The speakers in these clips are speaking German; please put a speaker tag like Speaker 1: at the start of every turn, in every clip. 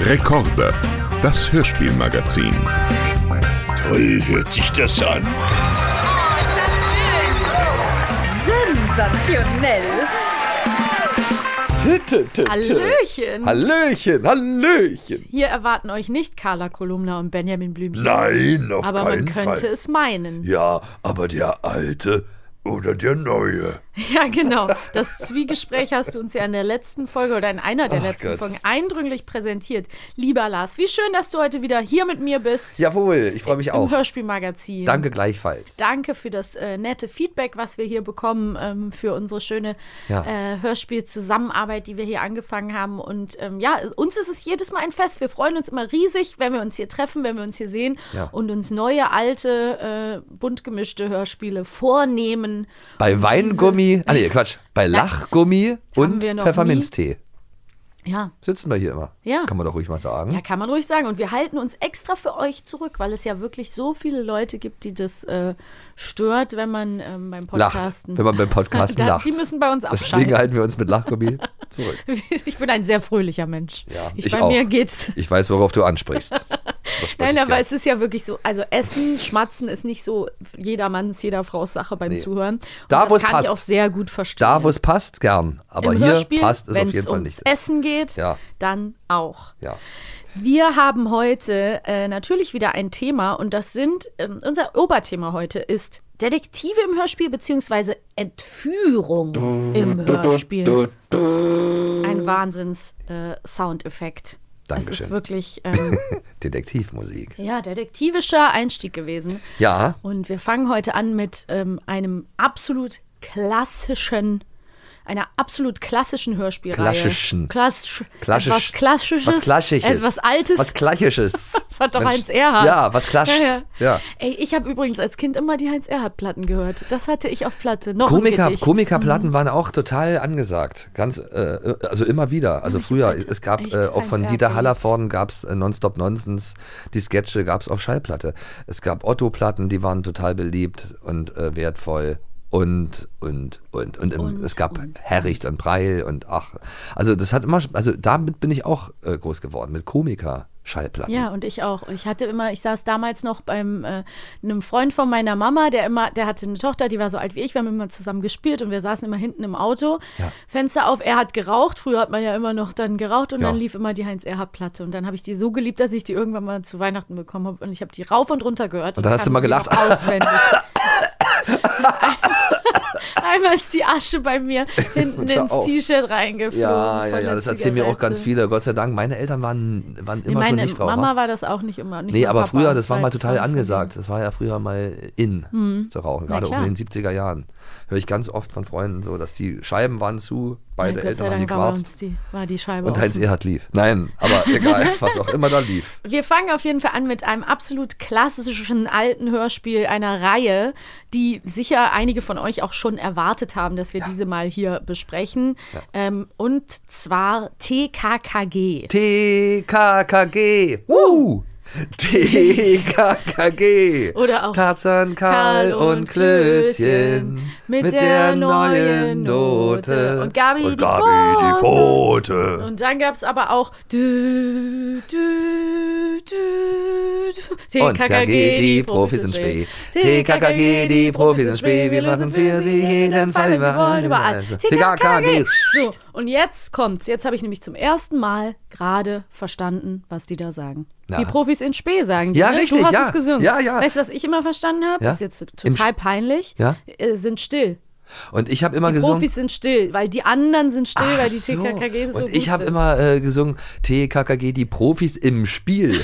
Speaker 1: Rekorde, das Hörspielmagazin.
Speaker 2: Toll hört sich das an.
Speaker 3: Oh, ist das schön! Sensationell!
Speaker 4: Hallöchen!
Speaker 5: Hallöchen, Hallöchen.
Speaker 4: Hier erwarten euch nicht Carla Kolumna und Benjamin Blümchen.
Speaker 2: Nein, auf
Speaker 4: aber man
Speaker 2: keinen
Speaker 4: könnte
Speaker 2: Fall.
Speaker 4: es meinen.
Speaker 2: Ja, aber der alte oder der neue.
Speaker 4: Ja, genau. Das Zwiegespräch hast du uns ja in der letzten Folge oder in einer der
Speaker 5: Ach
Speaker 4: letzten
Speaker 5: Gott.
Speaker 4: Folgen eindrücklich präsentiert. Lieber Lars, wie schön, dass du heute wieder hier mit mir bist
Speaker 5: Jawohl, ich freue mich
Speaker 4: im
Speaker 5: auch.
Speaker 4: Hörspielmagazin.
Speaker 5: Danke gleichfalls.
Speaker 4: Danke für das äh, nette Feedback, was wir hier bekommen, ähm, für unsere schöne
Speaker 5: Ja.
Speaker 4: äh, Hörspiel-Zusammenarbeit, die wir hier angefangen haben. Und ähm, ja, uns ist es jedes Mal ein Fest. Wir freuen uns immer riesig, wenn wir uns hier treffen, wenn wir uns hier sehen
Speaker 5: Ja.
Speaker 4: und uns neue, alte, äh, bunt gemischte Hörspiele vornehmen.
Speaker 5: Bei Weingummi, ah nee, Quatsch, bei Lachgummi und
Speaker 4: wir noch
Speaker 5: Pfefferminztee
Speaker 4: Ja,
Speaker 5: sitzen wir hier immer.
Speaker 4: Ja.
Speaker 5: Kann man doch ruhig mal sagen.
Speaker 4: Ja, kann man ruhig sagen. Und wir halten uns extra für euch zurück, weil es ja wirklich so viele Leute gibt, die das äh, stört, wenn man ähm, beim
Speaker 5: lacht,
Speaker 4: Podcasten.
Speaker 5: wenn man beim Podcasten
Speaker 4: Da-
Speaker 5: lacht.
Speaker 4: Die müssen bei uns
Speaker 5: Deswegen
Speaker 4: abschalten.
Speaker 5: halten wir uns mit Lachgummi zurück.
Speaker 4: Ich bin ein sehr fröhlicher Mensch.
Speaker 5: Ja,
Speaker 4: ich,
Speaker 5: ich
Speaker 4: bei
Speaker 5: auch.
Speaker 4: mir geht's.
Speaker 5: Ich weiß, worauf du ansprichst. Das verspreche
Speaker 4: Nein,
Speaker 5: ich
Speaker 4: aber
Speaker 5: gern.
Speaker 4: es ist ja wirklich so, also Essen, Schmatzen ist nicht so jedermanns, jeder Frau's Sache beim
Speaker 5: Nee.
Speaker 4: Zuhören. Und
Speaker 5: Da, wo
Speaker 4: das
Speaker 5: es
Speaker 4: kann ich
Speaker 5: passt.
Speaker 4: auch sehr gut verstehen.
Speaker 5: da, wo es passt, gern. Aber
Speaker 4: Im
Speaker 5: hier
Speaker 4: Hörspiel,
Speaker 5: passt es auf
Speaker 4: wenn's
Speaker 5: jeden Fall
Speaker 4: ums
Speaker 5: nicht.
Speaker 4: Essen geht,
Speaker 5: Ja.
Speaker 4: dann auch.
Speaker 5: Ja.
Speaker 4: Wir haben heute äh, natürlich wieder ein Thema und das sind, ähm, unser Oberthema heute ist Detektive im Hörspiel beziehungsweise Entführung im Hörspiel. Ein Wahnsinns-Soundeffekt. das
Speaker 5: Dankeschön.
Speaker 4: ist wirklich ähm,
Speaker 5: Detektivmusik.
Speaker 4: ja, detektivischer Einstieg gewesen.
Speaker 5: Ja.
Speaker 4: Und wir fangen heute an mit ähm, einem absolut klassischen, einer absolut klassischen Hörspielreihe.
Speaker 5: Klassischen.
Speaker 4: Klassisch.
Speaker 5: Klassisch.
Speaker 4: Etwas Klassisches.
Speaker 5: Was Klassisches.
Speaker 4: Etwas Altes.
Speaker 5: Was Klassisches.
Speaker 4: das hat doch
Speaker 5: Mensch.
Speaker 4: Heinz Erhardt.
Speaker 5: Ja, was Klassisches. Ja.
Speaker 4: Ey, ich habe übrigens als Kind immer die Heinz-Erhardt-Platten gehört. Das hatte ich auf Platte. Noch
Speaker 5: Komiker,
Speaker 4: ein Gedicht. Mhm.
Speaker 5: Komikerplatten waren auch total angesagt. Ganz, äh, also immer wieder. Also früher, es gab
Speaker 4: Mhm. echt
Speaker 5: äh, auch von
Speaker 4: Heinz
Speaker 5: Dieter
Speaker 4: Erhardt.
Speaker 5: Hallervorden gab es äh, Nonstop Nonsens, die Sketche gab es auf Schallplatte. Es gab Otto-Platten, die waren total beliebt und äh, wertvoll. Und, und, und, und, im- es gab Herricht und Breil und ach. Also das hat immer, also damit bin ich auch äh, groß geworden, mit Komiker-Schallplatten.
Speaker 4: Ja, und ich auch. Ich hatte immer, ich saß damals noch beim äh, einem Freund von meiner Mama, der immer, der hatte eine Tochter, die war so alt wie ich, wir haben immer zusammen gespielt und wir saßen immer hinten im Auto, Fenster auf, er hat geraucht, früher hat man ja immer noch dann geraucht und
Speaker 5: Ja.
Speaker 4: dann lief immer die Heinz Erhard Platte und dann habe ich die so geliebt, dass ich die irgendwann mal zu Weihnachten bekommen habe und ich habe die rauf und runter gehört.
Speaker 5: Und dann hast du
Speaker 4: kannte
Speaker 5: mal
Speaker 4: die
Speaker 5: gelacht.
Speaker 4: noch Auswendig. Einmal ist die Asche bei mir hinten
Speaker 5: Schau
Speaker 4: ins
Speaker 5: auf.
Speaker 4: T-Shirt reingeflogen.
Speaker 5: Ja, ja,
Speaker 4: von
Speaker 5: ja,
Speaker 4: der
Speaker 5: das erzählen mir auch ganz
Speaker 4: Zigarette.
Speaker 5: viele. Gott sei Dank, meine Eltern waren, waren
Speaker 4: Nee,
Speaker 5: immer
Speaker 4: meine
Speaker 5: schon nicht drauf.
Speaker 4: Mama war das auch nicht immer. Nicht
Speaker 5: Nee,
Speaker 4: mal
Speaker 5: aber
Speaker 4: Papa,
Speaker 5: früher, das war mal
Speaker 4: halt
Speaker 5: total
Speaker 4: von- von
Speaker 5: angesagt. Das war ja früher mal in zu rauchen,
Speaker 4: Hm. Na
Speaker 5: gerade auch
Speaker 4: klar.
Speaker 5: in den 70er Jahren. Höre ich ganz oft von Freunden so, dass die Scheiben waren zu,
Speaker 4: denen.
Speaker 5: beide
Speaker 4: Gott sei
Speaker 5: Eltern haben
Speaker 4: Dank war bei uns
Speaker 5: gequarzt
Speaker 4: die, war die Scheibe
Speaker 5: und Heinz
Speaker 4: offen.
Speaker 5: Erhardt lief. Nein, aber egal, was auch immer da lief.
Speaker 4: Wir fangen auf jeden Fall an mit einem absolut klassischen alten Hörspiel einer Reihe, die sicher einige von euch auch schon erwartet haben, dass wir diese mal hier besprechen. Ähm, und zwar TKKG.
Speaker 5: TKKG. Uh! TKKG.
Speaker 4: Oder auch
Speaker 5: Tarzan, Karl,
Speaker 4: Karl
Speaker 5: und Klößchen.
Speaker 4: mit der neuen Note. Und Gabi,
Speaker 2: Und
Speaker 4: die
Speaker 2: Gabi die
Speaker 4: Pfote.
Speaker 2: Pfote.
Speaker 4: Und dann gab es aber auch dü, dü, dü, dü,
Speaker 5: Und KKG, die Profis sind spät. TKKG, die Profis sind spät. Wir machen für sie jeden Fall. Wir machen
Speaker 4: überall.
Speaker 5: überall. Also,
Speaker 4: TKKG.
Speaker 5: TKKG.
Speaker 4: So, und jetzt kommt's. Jetzt habe ich nämlich zum ersten Mal gerade verstanden, was die da sagen.
Speaker 5: Na.
Speaker 4: Die Profis in Spee sagen die.
Speaker 5: Ja,
Speaker 4: ne?
Speaker 5: richtig,
Speaker 4: Du hast
Speaker 5: ja.
Speaker 4: es gesungen.
Speaker 5: Ja, ja.
Speaker 4: Weißt du, was ich immer verstanden habe?
Speaker 5: Ja?
Speaker 4: Ist jetzt
Speaker 5: Im
Speaker 4: total peinlich.
Speaker 5: Ja?
Speaker 4: Äh, sind still.
Speaker 5: Und ich habe immer
Speaker 4: Die
Speaker 5: gesungen.
Speaker 4: Profis sind still, weil die anderen sind still, weil
Speaker 5: Ach
Speaker 4: die TKKG so,
Speaker 5: Und
Speaker 4: gut
Speaker 5: ich habe
Speaker 4: sind.
Speaker 5: immer äh, gesungen, TKKG, die Profis im Spiel.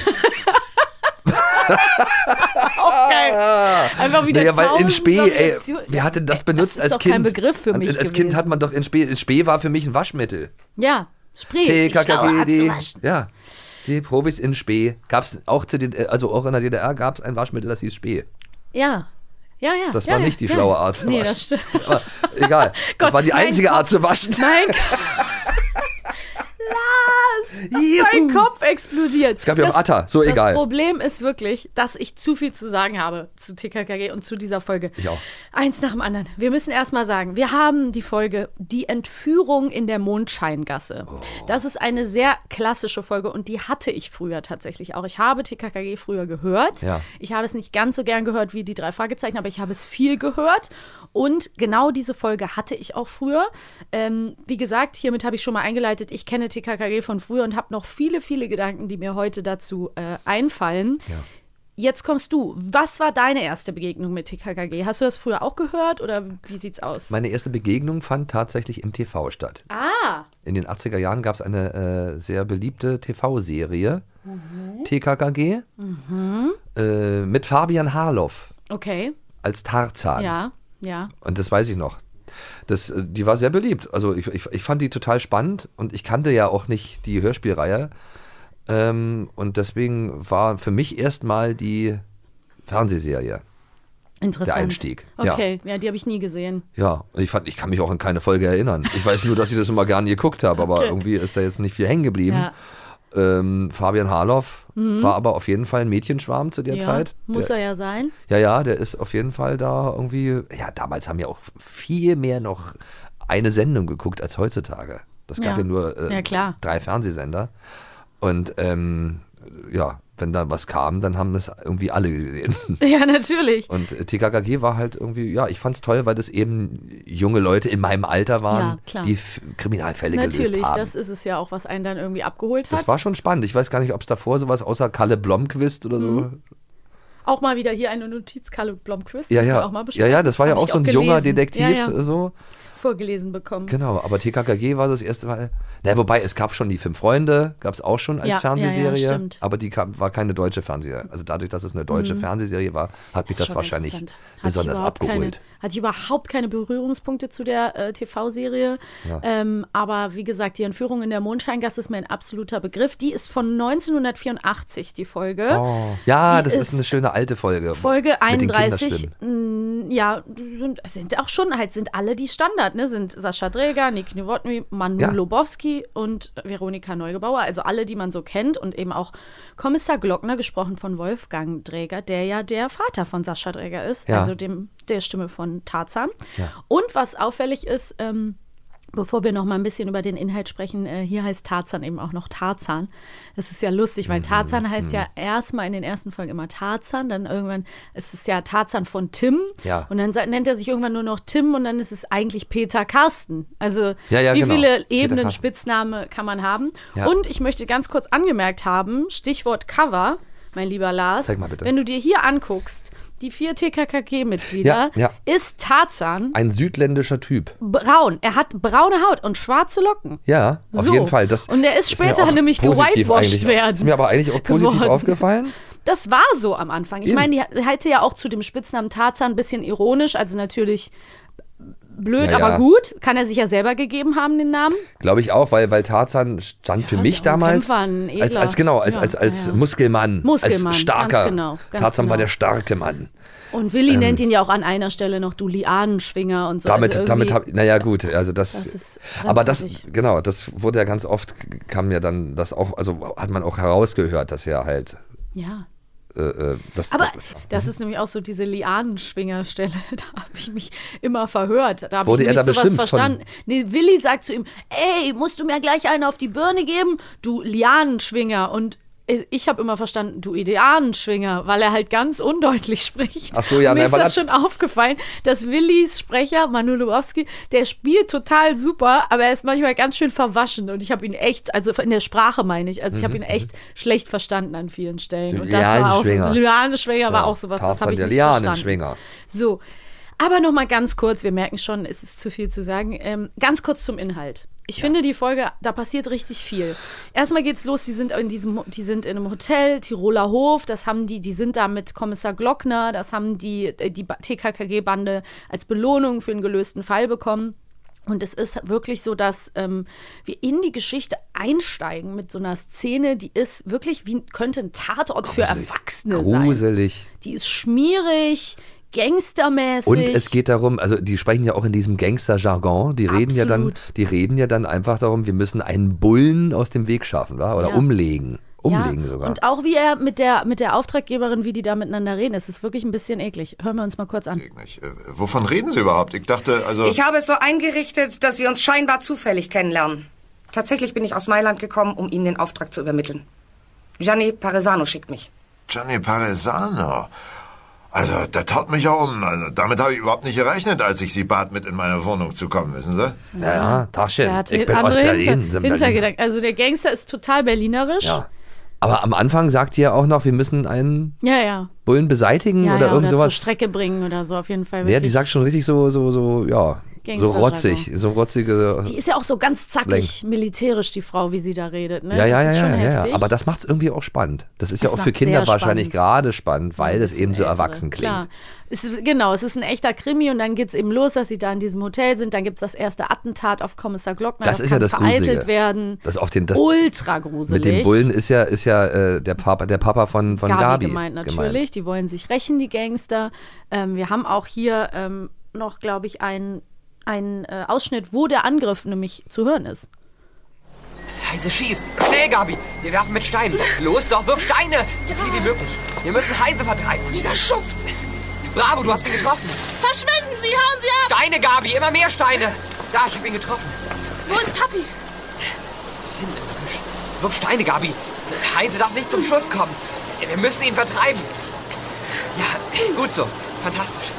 Speaker 4: Einfach wieder
Speaker 5: naja, Ah, weil in
Speaker 4: tausend
Speaker 5: Spee, ey,
Speaker 4: Variationen.
Speaker 5: wer hatte das benutzt
Speaker 4: ist
Speaker 5: als
Speaker 4: doch
Speaker 5: Kind?
Speaker 4: kein Begriff für mich
Speaker 5: Als Kind
Speaker 4: gewesen.
Speaker 5: hat man doch in Spee, Spee war für mich ein Waschmittel.
Speaker 4: Ja, Spree.
Speaker 5: TKKG, die,
Speaker 4: abzuwaschen.
Speaker 5: ja, die Profis in Spee. Gab's auch zu den, also auch in der DDR gab es ein Waschmittel, das hieß Spee.
Speaker 4: Ja. Ja, ja.
Speaker 5: Das
Speaker 4: ja,
Speaker 5: war
Speaker 4: ja,
Speaker 5: nicht die
Speaker 4: ja.
Speaker 5: schlaue Art zu
Speaker 4: Nee,
Speaker 5: waschen.
Speaker 4: das stimmt.
Speaker 5: Aber egal.
Speaker 4: Gott,
Speaker 5: das war die
Speaker 4: mein
Speaker 5: einzige
Speaker 4: Kopf.
Speaker 5: Art zu waschen.
Speaker 4: Mein Gott. Lars, Mein Kopf explodiert.
Speaker 5: Es gab ja auch Atta, so egal.
Speaker 4: Das Problem ist wirklich, dass ich zu viel zu sagen habe zu TKKG und zu dieser Folge.
Speaker 5: Ich auch.
Speaker 4: Eins nach dem anderen. Wir müssen erstmal sagen, wir haben die Folge Die Entführung in der Mondscheingasse. Das ist eine sehr klassische Folge und die hatte ich früher tatsächlich auch. Ich habe TKKG früher gehört.
Speaker 5: Ja.
Speaker 4: Ich habe es nicht ganz so gern gehört wie die drei Fragezeichen, aber ich habe es viel gehört. Und genau diese Folge hatte ich auch früher. Ähm, wie gesagt, hiermit habe ich schon mal eingeleitet, ich kenne TKKG von früher und habe noch viele, viele Gedanken, die mir heute dazu äh, einfallen.
Speaker 5: Ja.
Speaker 4: Jetzt kommst du. Was war deine erste Begegnung mit TKKG? Hast du das früher auch gehört oder wie sieht's aus?
Speaker 5: Meine erste Begegnung fand tatsächlich im TV statt.
Speaker 4: ah,
Speaker 5: In den 80er Jahren gab es eine äh, sehr beliebte TV-Serie,
Speaker 4: Mhm.
Speaker 5: TKKG, äh, mit Fabian Harloff
Speaker 4: okay.
Speaker 5: als Tarzan.
Speaker 4: Ja, ja.
Speaker 5: Und das weiß ich noch. Das, äh, die war sehr beliebt. Also ich, ich, ich fand die total spannend und ich kannte ja auch nicht die Hörspielreihe. Ähm, und deswegen war für mich erstmal die Fernsehserie.
Speaker 4: Interessant.
Speaker 5: Der Einstieg, ja.
Speaker 4: Okay, ja, die habe ich nie gesehen.
Speaker 5: Ja, und ich, fand, ich kann mich auch an keine Folge erinnern. Ich weiß nur, dass ich das immer gerne geguckt habe, aber irgendwie ist da jetzt nicht viel hängen geblieben.
Speaker 4: Ja. Mhm.
Speaker 5: Ähm, Fabian Harloff war aber auf jeden Fall ein Mädchenschwarm zu der
Speaker 4: ja,
Speaker 5: Zeit.
Speaker 4: Muss
Speaker 5: der,
Speaker 4: er ja sein.
Speaker 5: ja, ja, der ist auf jeden Fall da irgendwie. Ja, damals haben ja auch viel mehr noch eine Sendung geguckt als heutzutage. Das gab
Speaker 4: Ja.
Speaker 5: ja, nur äh,
Speaker 4: Ja, klar.
Speaker 5: drei Fernsehsender. Und ähm, ja, wenn dann was kam, dann haben das irgendwie alle gesehen.
Speaker 4: Ja, natürlich.
Speaker 5: Und äh, TKKG war halt irgendwie, ja, ich fand's toll, weil das eben junge Leute in meinem Alter waren,
Speaker 4: Ja, klar.
Speaker 5: die F Kriminalfälle
Speaker 4: Natürlich,
Speaker 5: gelöst haben.
Speaker 4: das ist halt es ja auch, was einen dann irgendwie abgeholt hat.
Speaker 5: das war schon spannend. Ich weiß gar nicht, ob es davor sowas außer Kalle Blomquist oder so.
Speaker 4: Mhm. Auch mal wieder hier eine Notiz, Karl Blomqvist.
Speaker 5: Ja,
Speaker 4: das wir
Speaker 5: ja.
Speaker 4: auch mal
Speaker 5: ja,
Speaker 4: besprochen.
Speaker 5: ja, das war ja
Speaker 4: Hab
Speaker 5: auch
Speaker 4: ich
Speaker 5: so ein junger
Speaker 4: gelesen.
Speaker 5: Detektiv.
Speaker 4: Ja,
Speaker 5: äh,
Speaker 4: ja.
Speaker 5: So.
Speaker 4: Vorgelesen bekommen.
Speaker 5: Genau, aber TKKG war das erste Mal. Na, wobei, es gab schon die Fünf Freunde, gab es auch schon als
Speaker 4: Ja, ja, ja,
Speaker 5: Fernsehserie,
Speaker 4: stimmt. Mhm.
Speaker 5: aber die kam, war keine deutsche Fernsehserie. Also dadurch, dass es eine deutsche Fernsehserie war, hat mich das,
Speaker 4: schon
Speaker 5: wahrscheinlich
Speaker 4: interessant. Hatte ich
Speaker 5: besonders
Speaker 4: überhaupt
Speaker 5: abgeholt.
Speaker 4: Keine, hatte ich überhaupt keine Berührungspunkte zu der äh, TV-Serie.
Speaker 5: Ja.
Speaker 4: Ähm, aber wie gesagt, die Entführung in der Mondscheingasse ist mir ein absoluter Begriff. Die ist von 1984, die Folge.
Speaker 5: Oh. Ja,
Speaker 4: Die
Speaker 5: das ist,
Speaker 4: ist
Speaker 5: eine schöne alte Folge.
Speaker 4: Folge
Speaker 5: mit den
Speaker 4: 31,
Speaker 5: Kinderstimmen.
Speaker 4: mh, ja, sind, sind auch schon halt, sind alle die Standard, ne? Sind Sascha Dräger, Nick Nowotny, Manu
Speaker 5: Ja.
Speaker 4: Lobowski und Veronika Neugebauer, also alle, die man so kennt und eben auch Kommissar Glockner, gesprochen von Wolfgang Dräger, der ja der Vater von Sascha Dräger ist,
Speaker 5: Ja.
Speaker 4: also dem, der Stimme von Tarzan. Und was auffällig ist, ähm, Bevor wir noch mal ein bisschen über den Inhalt sprechen, äh, hier heißt Tarzan eben auch noch Tarzan. Das ist ja lustig,
Speaker 5: Mhm.
Speaker 4: weil Tarzan heißt ja erstmal in den ersten Folgen immer Tarzan, dann irgendwann ist es ja Tarzan von Tim
Speaker 5: Ja.
Speaker 4: und dann se- nennt er sich irgendwann nur noch Tim und dann ist es eigentlich Peter Carsten. Also
Speaker 5: Ja, ja,
Speaker 4: wie
Speaker 5: genau.
Speaker 4: viele
Speaker 5: Peter
Speaker 4: Ebenen
Speaker 5: Carsten.
Speaker 4: Spitzname kann man haben?
Speaker 5: Ja.
Speaker 4: Und ich möchte ganz kurz angemerkt haben, Stichwort Cover, mein lieber Lars,
Speaker 5: Zeig mal bitte.
Speaker 4: wenn du dir hier anguckst, die vier TKKG-Mitglieder,
Speaker 5: Ja, ja.
Speaker 4: ist Tarzan
Speaker 5: Ein südländischer Typ.
Speaker 4: braun. Er hat braune Haut und schwarze Locken.
Speaker 5: Ja, auf
Speaker 4: So.
Speaker 5: jeden Fall. Das
Speaker 4: Und er ist
Speaker 5: mir
Speaker 4: später
Speaker 5: auch
Speaker 4: nämlich
Speaker 5: positiv
Speaker 4: gewhitewashed
Speaker 5: eigentlich-
Speaker 4: werden
Speaker 5: Ist mir aber eigentlich auch positiv
Speaker 4: geworden.
Speaker 5: aufgefallen.
Speaker 4: Das war so am Anfang. Ich
Speaker 5: Eben.
Speaker 4: meine, die hätte ja auch zu dem Spitznamen Tarzan ein bisschen ironisch, also natürlich blöd,
Speaker 5: Ja,
Speaker 4: aber
Speaker 5: ja.
Speaker 4: gut. Kann er sich ja selber gegeben haben, den Namen.
Speaker 5: Glaube ich auch, weil, weil Tarzan stand für
Speaker 4: ist
Speaker 5: mich
Speaker 4: auch ein
Speaker 5: damals
Speaker 4: Kämpfer, ein Edler.
Speaker 5: als, als genau als
Speaker 4: Ja,
Speaker 5: als als
Speaker 4: ja, ja.
Speaker 5: Muskelmann,
Speaker 4: Muskelmann,
Speaker 5: als starker.
Speaker 4: ganz genau, ganz
Speaker 5: Tarzan war
Speaker 4: genau.
Speaker 5: der starke Mann.
Speaker 4: Und Willi nennt ihn ja auch an einer Stelle noch du Lianenschwinger und so.
Speaker 5: Ähm. Damit,
Speaker 4: also
Speaker 5: damit
Speaker 4: irgendwie-
Speaker 5: habe naja gut, also das,
Speaker 4: Das ist ganz
Speaker 5: aber das,
Speaker 4: wichtig.
Speaker 5: genau, das wurde ja ganz oft, kam ja dann das auch, also hat man auch herausgehört, dass er halt,
Speaker 4: Ja.
Speaker 5: äh, äh, das,
Speaker 4: Aber das ist nämlich auch so diese Lianenschwingerstelle. Da habe ich mich immer verhört. Da habe
Speaker 5: Wurde
Speaker 4: ich
Speaker 5: er da
Speaker 4: nämlich sowas
Speaker 5: bestimmt von-
Speaker 4: verstanden. Nee, Willi sagt zu ihm: Ey, musst du mir gleich einen auf die Birne geben, du Lianenschwinger? Und ich habe immer verstanden, du Ideanenschwinger, weil er halt ganz undeutlich spricht.
Speaker 5: Ach so, ja,
Speaker 4: Mir
Speaker 5: na,
Speaker 4: ist
Speaker 5: weil
Speaker 4: das
Speaker 5: er-
Speaker 4: schon aufgefallen, dass Willis Sprecher, Manu Lubowski, der spielt total super, aber er ist manchmal ganz schön verwaschen und ich habe ihn echt, also in der Sprache meine ich, also ich habe
Speaker 5: Mhm,
Speaker 4: ihn echt schlecht verstanden an vielen Stellen.
Speaker 5: Du
Speaker 4: Und das war auch so,
Speaker 5: Lianenschwinger.
Speaker 4: Lianenschwinger war
Speaker 5: Ja,
Speaker 4: auch sowas, das
Speaker 5: Tarzan
Speaker 4: habe ich
Speaker 5: der
Speaker 4: nicht verstanden.
Speaker 5: Lianenschwinger.
Speaker 4: So, aber noch mal ganz kurz, wir merken schon, es ist zu viel zu sagen. Ähm, ganz kurz zum Inhalt. Ich finde die Folge, da passiert richtig viel. Erstmal geht's los, die sind in diesem die sind in einem Hotel, Tiroler Hof, das haben die, die sind da mit Kommissar Glockner, das haben die äh, die TKKG Bande als Belohnung für einen gelösten Fall bekommen. Und es ist wirklich so, dass ähm, wir in die Geschichte einsteigen mit so einer Szene, die ist wirklich wie könnte ein Tatort für Erwachsene sein
Speaker 5: gruselig.
Speaker 4: die ist schmierig, gangstermäßig.
Speaker 5: Und es geht darum, also die sprechen ja auch in diesem Gangster-Jargon, die reden ja dann,
Speaker 4: Absolut.
Speaker 5: die reden ja dann einfach darum, wir müssen einen Bullen aus dem Weg schaffen, wa? oder
Speaker 4: Ja.
Speaker 5: umlegen. Umlegen
Speaker 4: ja.
Speaker 5: sogar.
Speaker 4: Und auch wie er mit der, mit der Auftraggeberin, wie die da miteinander reden, es ist wirklich ein bisschen eklig. Hören wir uns mal kurz an.
Speaker 6: Ich, äh, wovon reden Sie überhaupt? Ich dachte, also.
Speaker 7: Ich habe es so eingerichtet, dass wir uns scheinbar zufällig kennenlernen. Tatsächlich bin ich aus Mailand gekommen, um Ihnen den Auftrag zu übermitteln. Gianni Paresano schickt mich.
Speaker 6: Gianni Paresano. Also, das haut mich ja um. Also, damit habe ich überhaupt nicht gerechnet, als ich Sie bat, mit in meine Wohnung zu kommen, wissen Sie?
Speaker 5: ja, Taschen.
Speaker 4: Der hat
Speaker 5: ich bin aus
Speaker 4: andere
Speaker 5: Berlin.
Speaker 4: Hinter
Speaker 5: sind Berliner.
Speaker 4: Hintergedanken. Also der Gangster ist total berlinerisch.
Speaker 5: Ja. Aber am Anfang sagt die ja auch noch, wir müssen einen
Speaker 4: ja. ja.
Speaker 5: Bullen beseitigen
Speaker 4: Ja,
Speaker 5: oder
Speaker 4: ja,
Speaker 5: irgend
Speaker 4: oder zur
Speaker 5: sowas.
Speaker 4: Strecke bringen oder so auf jeden Fall.
Speaker 5: Ja, die
Speaker 4: wirklich.
Speaker 5: sagt schon richtig so, so, so, ja, so
Speaker 4: Gangster-Jargon.
Speaker 5: rotzig, so rotzige.
Speaker 4: Die ist ja auch so ganz zackig, militärisch, die Frau, wie sie da redet. Ne?
Speaker 5: ja, ja, ja,
Speaker 4: das ist
Speaker 5: ja,
Speaker 4: schon
Speaker 5: ja,
Speaker 4: heftig.
Speaker 5: ja. Aber das macht es irgendwie auch spannend. Das ist ja
Speaker 4: Das
Speaker 5: auch für
Speaker 4: macht's sehr
Speaker 5: Kinder wahrscheinlich
Speaker 4: spannend.
Speaker 5: gerade spannend, weil es
Speaker 4: Bisschen
Speaker 5: eben so
Speaker 4: ältere,
Speaker 5: erwachsen klingt.
Speaker 4: Klar. Es ist, genau, es ist ein echter Krimi und dann geht es eben los, dass sie da in diesem Hotel sind. Dann gibt es das erste Attentat auf Kommissar Glockner.
Speaker 5: Das ist ja
Speaker 4: kann
Speaker 5: das
Speaker 4: vereitelt
Speaker 5: Gruselige.
Speaker 4: werden.
Speaker 5: Das auf den, das
Speaker 4: Ultra
Speaker 5: mit
Speaker 4: gruselig.
Speaker 5: dem Bullen ist ja, ist ja äh, der Papa, der Papa von, von
Speaker 4: Gabi,
Speaker 5: Gabi.
Speaker 4: gemeint natürlich. Die wollen sich rächen, die Gangster. Ähm, wir haben auch hier ähm, noch, glaube ich, einen einen, äh, Ausschnitt, wo der Angriff nämlich zu hören ist.
Speaker 8: Heise schießt. Schnell, Gabi. Wir werfen mit Steinen. Los doch, wirf Steine. So viel wie möglich. Wir müssen Heise vertreiben. Dieser Schuft. Bravo, du hast ihn getroffen.
Speaker 9: Verschwinden Sie, hauen Sie ab!
Speaker 8: Steine, Gabi. Immer mehr Steine. Da, ich habe ihn getroffen.
Speaker 9: Wo ist Papi?
Speaker 8: Tim, Wirf Steine, Gabi. Heise darf nicht zum Schuss kommen. Wir müssen ihn vertreiben. Ja, gut so. Fantastisch.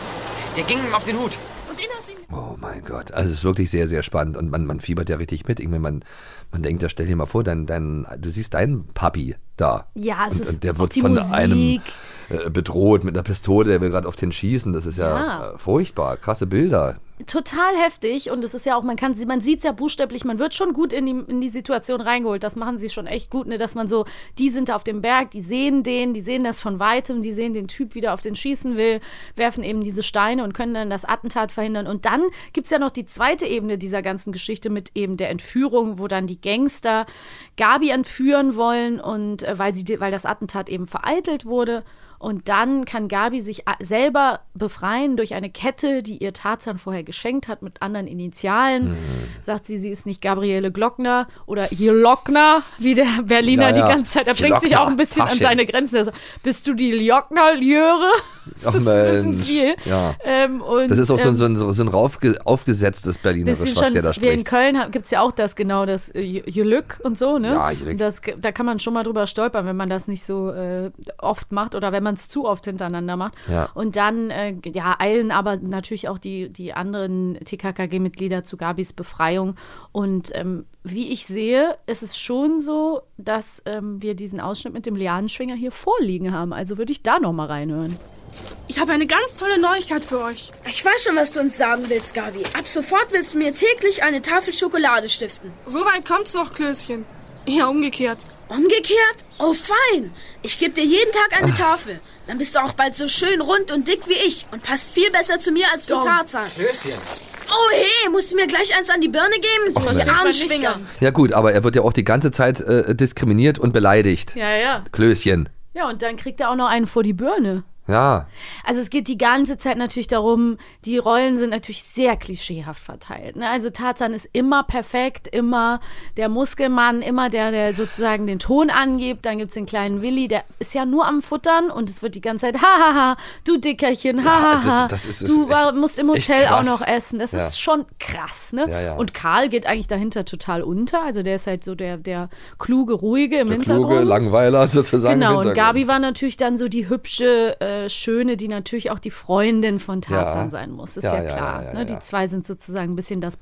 Speaker 8: Der ging ihm auf den Hut.
Speaker 9: Und den hast du ihm
Speaker 5: Oh mein Gott, also es ist wirklich sehr, sehr spannend und man, man fiebert ja richtig mit. Irgendwie man, man denkt, da stell dir mal vor, dein, dein, du siehst deinen Papi da.
Speaker 4: Ja, es
Speaker 5: und,
Speaker 4: ist
Speaker 5: und der
Speaker 4: auch
Speaker 5: wird
Speaker 4: die
Speaker 5: von
Speaker 4: Musik.
Speaker 5: einem äh, bedroht mit einer Pistole, der will gerade auf den schießen. Das ist ja,
Speaker 4: Ja.
Speaker 5: Äh, furchtbar, krasse Bilder.
Speaker 4: Total heftig und es ist ja auch, man kann, man sieht es ja buchstäblich, man wird schon gut in die, in die Situation reingeholt. Das machen sie schon echt gut, ne? dass man so, die sind da auf dem Berg, die sehen den, die sehen das von weitem, die sehen den Typ, wie der auf den schießen will, werfen eben diese Steine und können dann das Attentat verhindern. Und dann gibt es ja noch die zweite Ebene dieser ganzen Geschichte mit eben der Entführung, wo dann die Gangster Gabi entführen wollen und äh, weil, sie, die- weil das Attentat eben vereitelt wurde. Und dann kann Gabi sich a- selber befreien durch eine Kette, die ihr Tarzan vorher geschenkt hat mit anderen
Speaker 5: Mhm.
Speaker 4: Initialen. Sagt sie, sie ist nicht Gabriele Glockner oder Glockner, wie der
Speaker 5: Ja,
Speaker 4: Berliner
Speaker 5: ja.
Speaker 4: die ganze Zeit. Er bringt sich
Speaker 5: Glockner,
Speaker 4: auch ein bisschen
Speaker 5: Taschen.
Speaker 4: an seine Grenzen. Also, bist du die Glockner, Jöre? Das
Speaker 5: Ach,
Speaker 4: ist ein bisschen
Speaker 5: Oh, Mensch.
Speaker 4: viel.
Speaker 5: Ja.
Speaker 4: Ähm, und,
Speaker 5: Das ist auch so, ein-
Speaker 4: ähm,
Speaker 5: so, ein- so, ein- so ein raufge, aufgesetztes Berlinerisch,
Speaker 4: Bisschen
Speaker 5: was
Speaker 4: schon,
Speaker 5: der da
Speaker 4: wir in
Speaker 5: spricht.
Speaker 4: Köln gibt es ja auch das genau, das äh, J- Jülück und so, ne?
Speaker 5: Ja, Jülück.
Speaker 4: Das, da kann man schon mal drüber stolpern, wenn man das nicht so äh, oft macht oder wenn man es zu oft hintereinander macht.
Speaker 5: Ja.
Speaker 4: Und dann äh, ja, eilen aber natürlich auch die, die anderen TKKG-Mitglieder zu Gabis Befreiung. Und ähm, wie ich sehe, ist es schon so, dass ähm, wir diesen Ausschnitt mit dem Lianenschwinger hier vorliegen haben. Also würde ich da nochmal reinhören.
Speaker 9: Ich habe eine ganz tolle Neuigkeit für euch.
Speaker 10: Ich weiß schon, was du uns sagen willst, Gabi. Ab sofort willst du mir täglich eine Tafel Schokolade stiften.
Speaker 9: So weit kommt's noch, Klößchen. Ja, umgekehrt.
Speaker 10: Umgekehrt? Oh, fein. Ich gebe dir jeden Tag eine Tafel. Dann bist du auch bald so schön rund und dick wie ich und passt viel besser zu mir als du Tarzan.
Speaker 8: Klößchen.
Speaker 10: Oh, hey, musst du mir gleich eins an die Birne geben? Du
Speaker 5: Mensch.
Speaker 10: Armschwinger.
Speaker 5: Ja gut, aber er wird ja auch die ganze Zeit äh, diskriminiert und beleidigt.
Speaker 4: Ja, ja.
Speaker 5: Klößchen.
Speaker 4: Ja, und dann kriegt er auch noch einen vor die Birne.
Speaker 5: Ja,
Speaker 4: Also es geht die ganze Zeit natürlich darum, die Rollen sind natürlich sehr klischeehaft verteilt. Ne? Also Tarzan ist immer perfekt, immer der Muskelmann, immer der, der sozusagen den Ton angibt. Dann gibt es den kleinen Willi, der ist ja nur am Futtern und es wird die ganze Zeit, hahaha, du Dickerchen, hahaha,
Speaker 5: das- das ist- ist
Speaker 4: du war,
Speaker 5: echt-
Speaker 4: musst im
Speaker 5: echt
Speaker 4: Hotel auch
Speaker 5: krass.
Speaker 4: noch essen. Das
Speaker 5: Ja.
Speaker 4: ist schon krass. Ne?
Speaker 5: Ja, ja.
Speaker 4: Und Karl geht eigentlich dahinter total unter. Also der ist halt so der, der kluge, ruhige im
Speaker 5: der
Speaker 4: Hintergrund.
Speaker 5: kluge Langweiler sozusagen. im
Speaker 4: Genau, und
Speaker 5: Hintergrund.
Speaker 4: Gabi war natürlich dann so die hübsche, äh, schöne, die natürlich auch die Freundin von Tarzan
Speaker 5: Ja.
Speaker 4: sein muss. Ist
Speaker 5: Ja,
Speaker 4: ja,
Speaker 5: ja,
Speaker 4: klar.
Speaker 5: ja, ja,
Speaker 4: ne?
Speaker 5: ja.
Speaker 4: Die zwei sind sozusagen ein bisschen das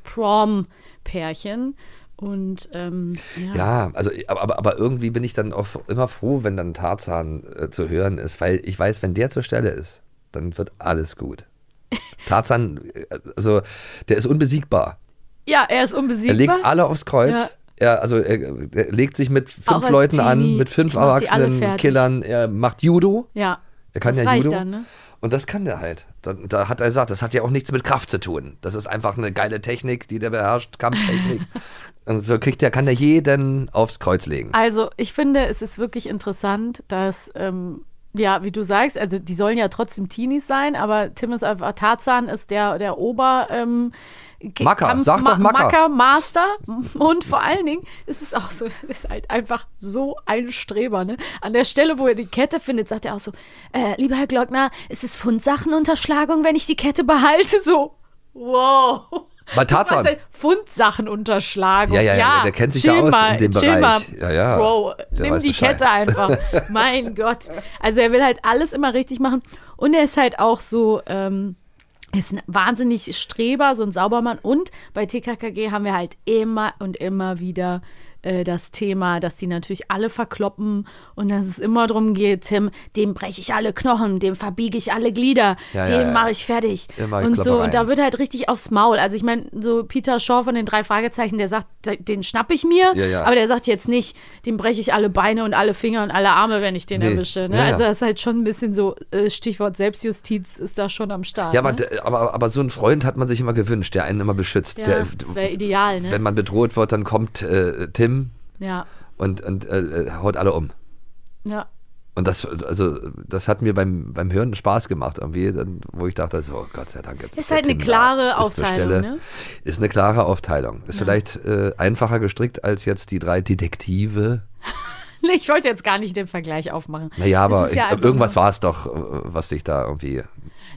Speaker 4: Prom-Pärchen. Und ähm, ja.
Speaker 5: Ja, also aber, aber- aber irgendwie bin ich dann auch immer froh, wenn dann Tarzan äh, zu hören ist, weil ich weiß, wenn der zur Stelle ist, dann wird alles gut. Tarzan, äh, also der ist unbesiegbar.
Speaker 4: Ja, er ist
Speaker 5: Er legt
Speaker 4: unbesiegbar.
Speaker 5: alle aufs
Speaker 4: Ja.
Speaker 5: Kreuz. Er, also er, er legt sich mit
Speaker 4: Auch
Speaker 5: fünf
Speaker 4: als
Speaker 5: Leuten an,
Speaker 4: Teenie.
Speaker 5: mit fünf
Speaker 4: Ich mach die alle
Speaker 5: erwachsenen
Speaker 4: fertig.
Speaker 5: Killern. Er macht Judo.
Speaker 4: Ja,
Speaker 5: Er kann
Speaker 4: das
Speaker 5: ja
Speaker 4: reicht
Speaker 5: Judo.
Speaker 4: dann, ne?
Speaker 5: Und das kann der halt. Da, da hat er gesagt, das hat ja auch nichts mit Kraft zu tun. Das ist einfach eine geile Technik, die der beherrscht, Kampftechnik. Und so kriegt der, kann der jeden aufs Kreuz legen.
Speaker 4: Also, ich finde, es ist wirklich interessant, dass ähm, Ja, wie du sagst, also die sollen ja trotzdem Teenies sein, aber Tim ist einfach Tarzan ist der, der Ober. Ähm, K-
Speaker 5: Macker,
Speaker 4: Kampf-
Speaker 5: sag doch
Speaker 4: Ma-
Speaker 5: Macker.
Speaker 4: Master. Und vor allen Dingen ist es auch so, er ist halt einfach so ein Streber. Ne? An der Stelle, wo er die Kette findet, sagt er auch so: äh, Lieber Herr Glockner, ist es Fundsachenunterschlagung, wenn ich die Kette behalte? So, wow.
Speaker 5: Bei Tarzan.
Speaker 4: Du weißt halt, Fundsachenunterschlagung.
Speaker 5: Ja, ja, ja, der kennt sich
Speaker 4: chill
Speaker 5: ja aus
Speaker 4: mal,
Speaker 5: in dem
Speaker 4: chill
Speaker 5: Bereich.
Speaker 4: Mal,
Speaker 5: Ja, ja,
Speaker 4: Bro,
Speaker 5: der
Speaker 4: nimm
Speaker 5: weiß
Speaker 4: die
Speaker 5: Bescheid.
Speaker 4: Kette einfach. mein Gott. Also er will halt alles immer richtig machen. Und er ist halt auch so, ähm, er ist ein wahnsinnig Streber, so ein Saubermann. Und bei TKKG haben wir halt immer und immer wieder äh, das Thema, dass die natürlich alle verkloppen und dass es immer darum geht, Tim, dem breche ich alle Knochen, dem verbiege ich alle Glieder,
Speaker 5: Ja,
Speaker 4: dem
Speaker 5: ja, ja.
Speaker 4: mache ich fertig.
Speaker 5: Immer
Speaker 4: und so,
Speaker 5: Kloppereien.
Speaker 4: und da wird halt richtig aufs Maul. Also ich meine, so Peter Shaw von den drei Fragezeichen, der sagt, de- den schnapp ich mir,
Speaker 5: Ja, ja.
Speaker 4: aber der sagt jetzt nicht, dem breche ich alle Beine und alle Finger und alle Arme, wenn ich den
Speaker 5: Nee.
Speaker 4: erwische. Ne?
Speaker 5: Ja, ja.
Speaker 4: Also das ist halt schon ein bisschen so, äh, Stichwort Selbstjustiz ist da schon am Start.
Speaker 5: Ja,
Speaker 4: ne?
Speaker 5: aber, d- aber, aber so einen Freund hat man sich immer gewünscht, der einen immer beschützt.
Speaker 4: Ja,
Speaker 5: der,
Speaker 4: das wäre ideal, ne?
Speaker 5: Wenn man bedroht wird, dann kommt äh, Tim
Speaker 4: ja,
Speaker 5: und, und äh, haut alle um.
Speaker 4: ja.
Speaker 5: Und das, also, das hat mir beim, beim Hören Spaß gemacht, irgendwie, dann, wo ich dachte, so, oh Gott sei Dank, jetzt
Speaker 4: Ist
Speaker 5: der
Speaker 4: halt eine
Speaker 5: Tim da,
Speaker 4: klare
Speaker 5: ist zur
Speaker 4: Aufteilung,
Speaker 5: Stelle.
Speaker 4: ne?
Speaker 5: Ist eine klare Aufteilung. Ist vielleicht äh, einfacher gestrickt als jetzt die drei Detektive.
Speaker 4: Ich wollte jetzt gar nicht den Vergleich aufmachen.
Speaker 5: Naja,
Speaker 4: Es
Speaker 5: aber
Speaker 4: ist ja
Speaker 5: ich,
Speaker 4: einfach
Speaker 5: irgendwas
Speaker 4: nur-
Speaker 5: war es doch, äh, was dich da irgendwie.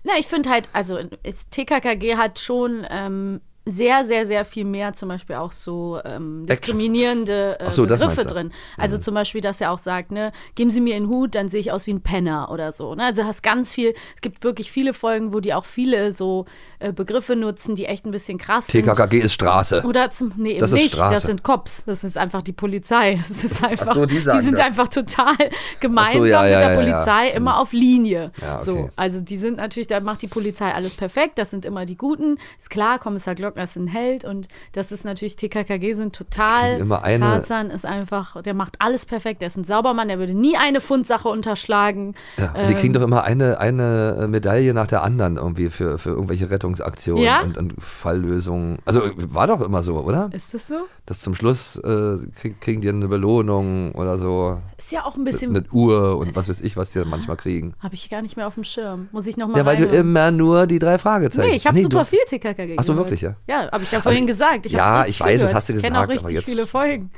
Speaker 4: Na, ich finde halt, also ist, TKKG hat schon ähm, sehr, sehr, sehr viel mehr zum Beispiel auch so ähm, diskriminierende äh,
Speaker 5: Ach so, das
Speaker 4: Begriffe
Speaker 5: meinst du. Mhm.
Speaker 4: drin. Also zum Beispiel, dass er auch sagt, ne, geben Sie mir einen Hut, dann sehe ich aus wie ein Penner oder so. Ne? Also hast ganz viel, es gibt wirklich viele Folgen, wo die auch viele so äh, Begriffe nutzen, die echt ein bisschen krass sind.
Speaker 5: TKKG ist Straße.
Speaker 4: Oder zum, nee, eben
Speaker 5: Das ist
Speaker 4: nicht.
Speaker 5: Straße.
Speaker 4: Das sind Cops. Das ist einfach die Polizei. Das ist einfach,
Speaker 5: so, die sagen
Speaker 4: sind
Speaker 5: das.
Speaker 4: einfach total gemeinsam
Speaker 5: ja,
Speaker 4: mit
Speaker 5: ja,
Speaker 4: der
Speaker 5: ja, ja.
Speaker 4: Polizei immer auf Linie.
Speaker 5: Ja, okay.
Speaker 4: so, also die sind natürlich, da macht die Polizei alles perfekt. Das sind immer die Guten. Ist klar, Kommissar Glockner ist ein Held und das ist natürlich TKKG sind total.
Speaker 5: Kriegen immer eine-
Speaker 4: Tarzan ist einfach, der macht alles perfekt. Der ist ein Saubermann. Der würde nie eine Fundsache unterschlagen.
Speaker 5: Ja,
Speaker 4: äh,
Speaker 5: und die kriegen doch immer eine, eine Medaille nach der anderen irgendwie für, für irgendwelche Rettungsaktionen
Speaker 4: Ja? Äh.
Speaker 5: und, und Falllösungen. Also war doch immer so, oder?
Speaker 4: Ähm, Ist das so?
Speaker 5: Dass zum Schluss äh, krieg, kriegen die eine Belohnung oder so.
Speaker 4: Ist ja auch ein bisschen.
Speaker 5: Mit Uhr und was weiß ich, was die dann manchmal kriegen.
Speaker 4: Habe ich gar nicht mehr auf dem Schirm. Muss ich nochmal
Speaker 5: Ja, weil du immer nur die drei Fragezeichen.
Speaker 4: Nee, ich habe
Speaker 5: Ah,
Speaker 4: super
Speaker 5: du-
Speaker 4: viel TKKG gehört.
Speaker 5: Ach so, wirklich, ja?
Speaker 4: Ja, habe ich ja vorhin gesagt. Ich
Speaker 5: ja,
Speaker 4: hab's richtig
Speaker 5: ich
Speaker 4: viel
Speaker 5: weiß, das
Speaker 4: gehört.
Speaker 5: hast du
Speaker 4: Ich kenn auch
Speaker 5: gesagt,
Speaker 4: richtig
Speaker 5: aber jetzt-
Speaker 4: viele Folgen.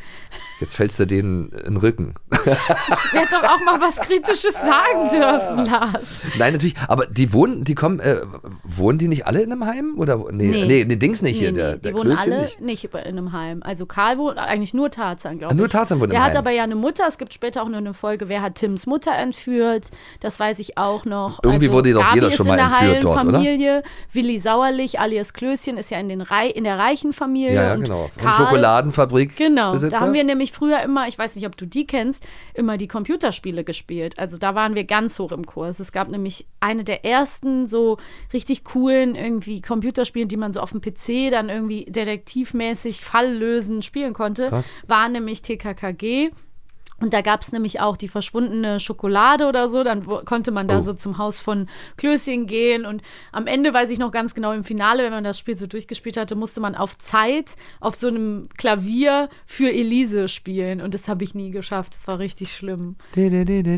Speaker 5: Jetzt fällst du denen in den Rücken.
Speaker 4: Ich hätte doch auch mal was Kritisches
Speaker 5: Ah.
Speaker 4: sagen dürfen, Lars.
Speaker 5: Nein, natürlich, aber die wohnen, die kommen, äh, wohnen die nicht alle in einem Heim? Oder, nee, nee, nee, Dings nicht
Speaker 4: Nee,
Speaker 5: hier,
Speaker 4: nee,
Speaker 5: der,
Speaker 4: die
Speaker 5: der
Speaker 4: wohnen
Speaker 5: Klößchen
Speaker 4: alle
Speaker 5: nicht.
Speaker 4: nicht. in einem Heim. Also Karl wohnt eigentlich nur Tarzan, glaube
Speaker 5: Ah,
Speaker 4: ich.
Speaker 5: nur Tarzan wohnt im
Speaker 4: Der hat
Speaker 5: Heim.
Speaker 4: aber ja eine Mutter. Es gibt später auch noch eine Folge, wer hat Tims Mutter entführt. Das weiß ich auch noch.
Speaker 5: Irgendwie
Speaker 4: also,
Speaker 5: wurde doch
Speaker 4: Gabi
Speaker 5: jeder
Speaker 4: ist
Speaker 5: schon
Speaker 4: in
Speaker 5: mal
Speaker 4: der
Speaker 5: entführt dort, oder?
Speaker 4: Familie. Willi Sauerlich alias Klößchen ist ja in, den Rei in der reichen Familie.
Speaker 5: Ja, ja,
Speaker 4: und
Speaker 5: genau. Vom
Speaker 4: Karl,
Speaker 5: Schokoladenfabrik.
Speaker 4: Genau,
Speaker 5: Besitzer.
Speaker 4: da haben wir nämlich früher immer, ich weiß nicht, ob du die kennst, immer die Computerspiele gespielt. Also da waren wir ganz hoch im Kurs. Es gab nämlich eine der ersten so richtig coolen irgendwie Computerspiele, die man so auf dem PC dann irgendwie detektivmäßig Fall lösen spielen konnte,
Speaker 5: Krass.
Speaker 4: war nämlich TKKG. Und da gab es nämlich auch die verschwundene Schokolade oder so. Dann wo, konnte man da
Speaker 5: Oh.
Speaker 4: so zum Haus von Klößchen gehen. Und am Ende weiß ich noch ganz genau, im Finale, wenn man das Spiel so durchgespielt hatte, musste man auf Zeit auf so einem Klavier für Elise spielen. Und das habe ich nie geschafft. Das war richtig schlimm.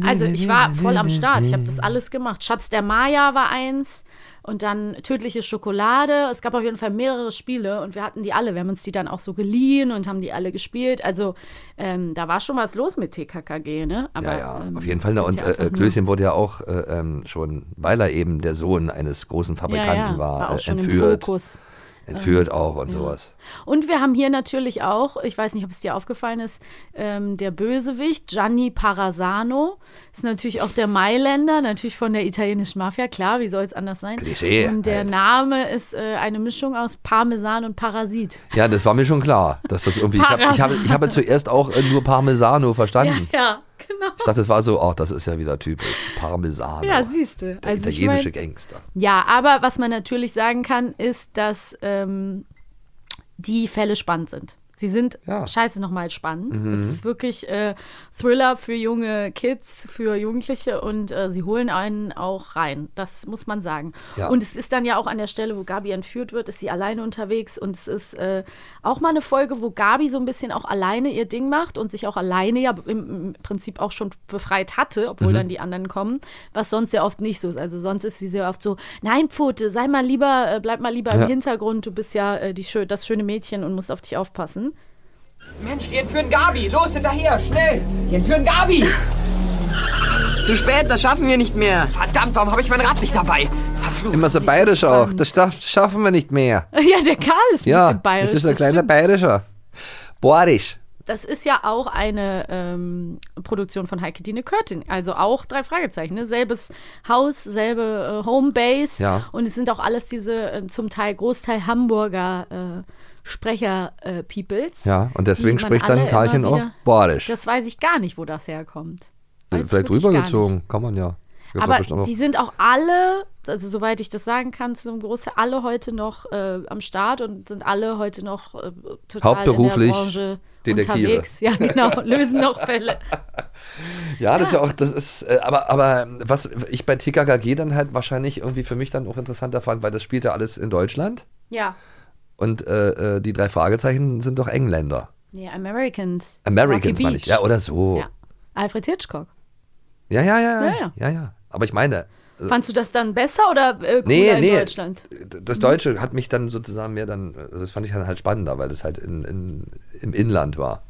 Speaker 4: Also ich war voll am Start. Ich habe das alles gemacht. Schatz der Maya war eins und dann tödliche Schokolade. Es gab auf jeden Fall mehrere Spiele und wir hatten die alle. Wir haben uns die dann auch so geliehen und haben die alle gespielt. Also ähm, da war schon was los mit TKKG, ne? Aber,
Speaker 5: Ja, ja,
Speaker 4: ähm,
Speaker 5: auf jeden Fall.
Speaker 4: es
Speaker 5: Na,
Speaker 4: sind
Speaker 5: und
Speaker 4: ja
Speaker 5: äh,
Speaker 4: einfach
Speaker 5: äh, Klößchen wurde ja auch äh, ähm, schon, weil er eben der Sohn eines großen
Speaker 4: nur, ja,
Speaker 5: Fabrikanten
Speaker 4: ja,
Speaker 5: war,
Speaker 4: war
Speaker 5: äh,
Speaker 4: auch schon im
Speaker 5: entführt.
Speaker 4: Fokus. ähm,
Speaker 5: Entführt auch und sowas.
Speaker 4: Und wir haben hier natürlich auch, ich weiß nicht, ob es dir aufgefallen ist, ähm, der Bösewicht Gianni Parasano ist natürlich auch der Mailänder, natürlich von der italienischen Mafia, klar, wie soll es anders sein?
Speaker 5: Klischee
Speaker 4: Und der
Speaker 5: halt.
Speaker 4: Name ist äh, eine Mischung aus Parmesan und Parasit.
Speaker 5: Ja, das war mir schon klar, dass das irgendwie. Ich habe ich hab, ich hab ja zuerst auch äh, nur Parmesano
Speaker 4: Ja,
Speaker 5: verstanden.
Speaker 4: ja, genau.
Speaker 5: Ich dachte, das war so, ach, das ist ja wieder typisch. Parmesano.
Speaker 4: Ja, siehst du.
Speaker 5: Der
Speaker 4: Also ich
Speaker 5: italienische
Speaker 4: mein-
Speaker 5: Gangster.
Speaker 4: Ja, aber was man natürlich sagen kann, ist, dass ähm, die Fälle spannend sind. Sie sind
Speaker 5: Ja.
Speaker 4: scheiße nochmal spannend.
Speaker 5: Mhm.
Speaker 4: Es ist wirklich äh, Thriller für junge Kids, für Jugendliche und äh, sie holen einen auch rein. Das muss man sagen.
Speaker 5: Ja.
Speaker 4: Und es ist dann ja auch an der Stelle, wo Gabi entführt wird, ist sie alleine unterwegs und es ist äh, auch mal eine Folge, wo Gabi so ein bisschen auch alleine ihr Ding macht und sich auch alleine ja im, im Prinzip auch schon befreit hatte, obwohl
Speaker 11: Mhm.
Speaker 4: dann die anderen kommen, was sonst ja oft nicht so ist. Also sonst ist sie sehr oft so, nein, Pfote, sei mal lieber, äh, bleib mal lieber
Speaker 8: Ja.
Speaker 4: im Hintergrund, du bist ja äh, die, schö- das schöne Mädchen und musst auf dich aufpassen.
Speaker 8: Mensch, die entführen Gabi. Los, hinterher, schnell. Die entführen Gabi. Zu spät, das schaffen wir nicht mehr. Verdammt, warum habe ich mein Rad nicht dabei?
Speaker 5: Immer so bayerisch auch. Das schaff, schaffen wir nicht mehr.
Speaker 4: Ja, der Karl ist ein
Speaker 5: ja,
Speaker 4: bisschen bayerisch.
Speaker 5: das ist ein
Speaker 4: das
Speaker 5: kleiner
Speaker 4: stimmt.
Speaker 5: bayerischer. Borisch.
Speaker 4: Das ist ja auch eine ähm, Produktion von Heike Dine Körting. Also auch drei Fragezeichen. Ne? Selbes Haus, selbe äh, Homebase.
Speaker 5: Ja.
Speaker 4: Und es sind auch alles diese äh, zum Teil, Großteil Hamburger äh, Sprecher-Peoples.
Speaker 5: Ja, und deswegen
Speaker 4: die man
Speaker 5: spricht dann
Speaker 4: alle
Speaker 5: Karlchen
Speaker 4: immer
Speaker 5: auch
Speaker 4: wieder-
Speaker 5: Borisch.
Speaker 4: Das weiß ich gar nicht, wo das herkommt.
Speaker 5: Vielleicht
Speaker 4: wirklich
Speaker 5: rübergezogen. Kann man ja. Ich hab da bestimmt
Speaker 4: aber
Speaker 5: auch-
Speaker 4: die sind auch alle, also soweit ich das sagen kann, zu einem Großteil alle heute noch äh, am Start und sind alle heute noch äh, total
Speaker 5: Hauptberuflich
Speaker 4: in der Branche
Speaker 5: Detektive.
Speaker 4: unterwegs. Ja, genau, lösen noch Fälle.
Speaker 5: Ja, das ist ja auch, das ist, äh, aber, aber was ich bei TKKG dann halt wahrscheinlich irgendwie für mich dann auch interessanter fand, weil das spielt ja alles in Deutschland
Speaker 4: Ja.
Speaker 5: und äh, äh, die drei Fragezeichen sind doch Engländer.
Speaker 4: Nee, Americans.
Speaker 5: Americans
Speaker 4: Rocky
Speaker 5: meine ich,
Speaker 4: Beach.
Speaker 5: ja, oder so.
Speaker 4: Ja. Alfred Hitchcock.
Speaker 5: Ja, ja, ja,
Speaker 4: Ja,
Speaker 5: ja,
Speaker 4: ja.
Speaker 5: ja. ja, Aber ich meine, äh,
Speaker 4: Fandst du das dann besser oder äh, cooler
Speaker 5: Nee,
Speaker 4: in
Speaker 5: nee.
Speaker 4: Deutschland?
Speaker 5: das Deutsche hat mich dann sozusagen mehr dann, also das fand ich dann halt spannender, weil das halt in, in, im Inland war.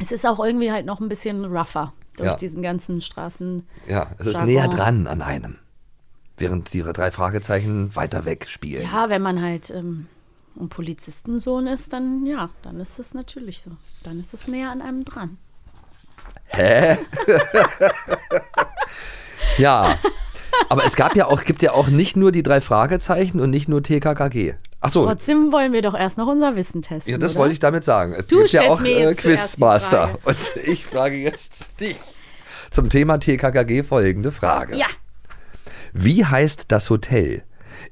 Speaker 4: Es ist auch irgendwie halt noch ein bisschen rougher durch
Speaker 5: Ja.
Speaker 4: diesen ganzen Straßen.
Speaker 5: Ja, es ist
Speaker 4: Jargon.
Speaker 5: näher dran an einem, während die drei Fragezeichen weiter weg spielen.
Speaker 4: Ja, wenn man halt ähm, ein Polizistensohn ist, dann ja, dann ist das natürlich so. Dann ist das näher an einem dran.
Speaker 5: Hä? ja. Aber es gab ja auch, gibt ja auch nicht nur die drei Fragezeichen und nicht nur TKKG. Achso,
Speaker 4: Trotzdem wollen wir doch erst noch unser Wissen testen.
Speaker 5: ja, das
Speaker 4: oder?
Speaker 5: wollte ich damit sagen. Es
Speaker 4: Du
Speaker 5: gibt ja
Speaker 4: stellst
Speaker 5: auch
Speaker 4: mir
Speaker 5: äh,
Speaker 4: jetzt zuerst die
Speaker 5: Quizmaster. Und ich frage jetzt dich zum Thema TKKG folgende Frage.
Speaker 4: Ja.
Speaker 5: Wie heißt das Hotel,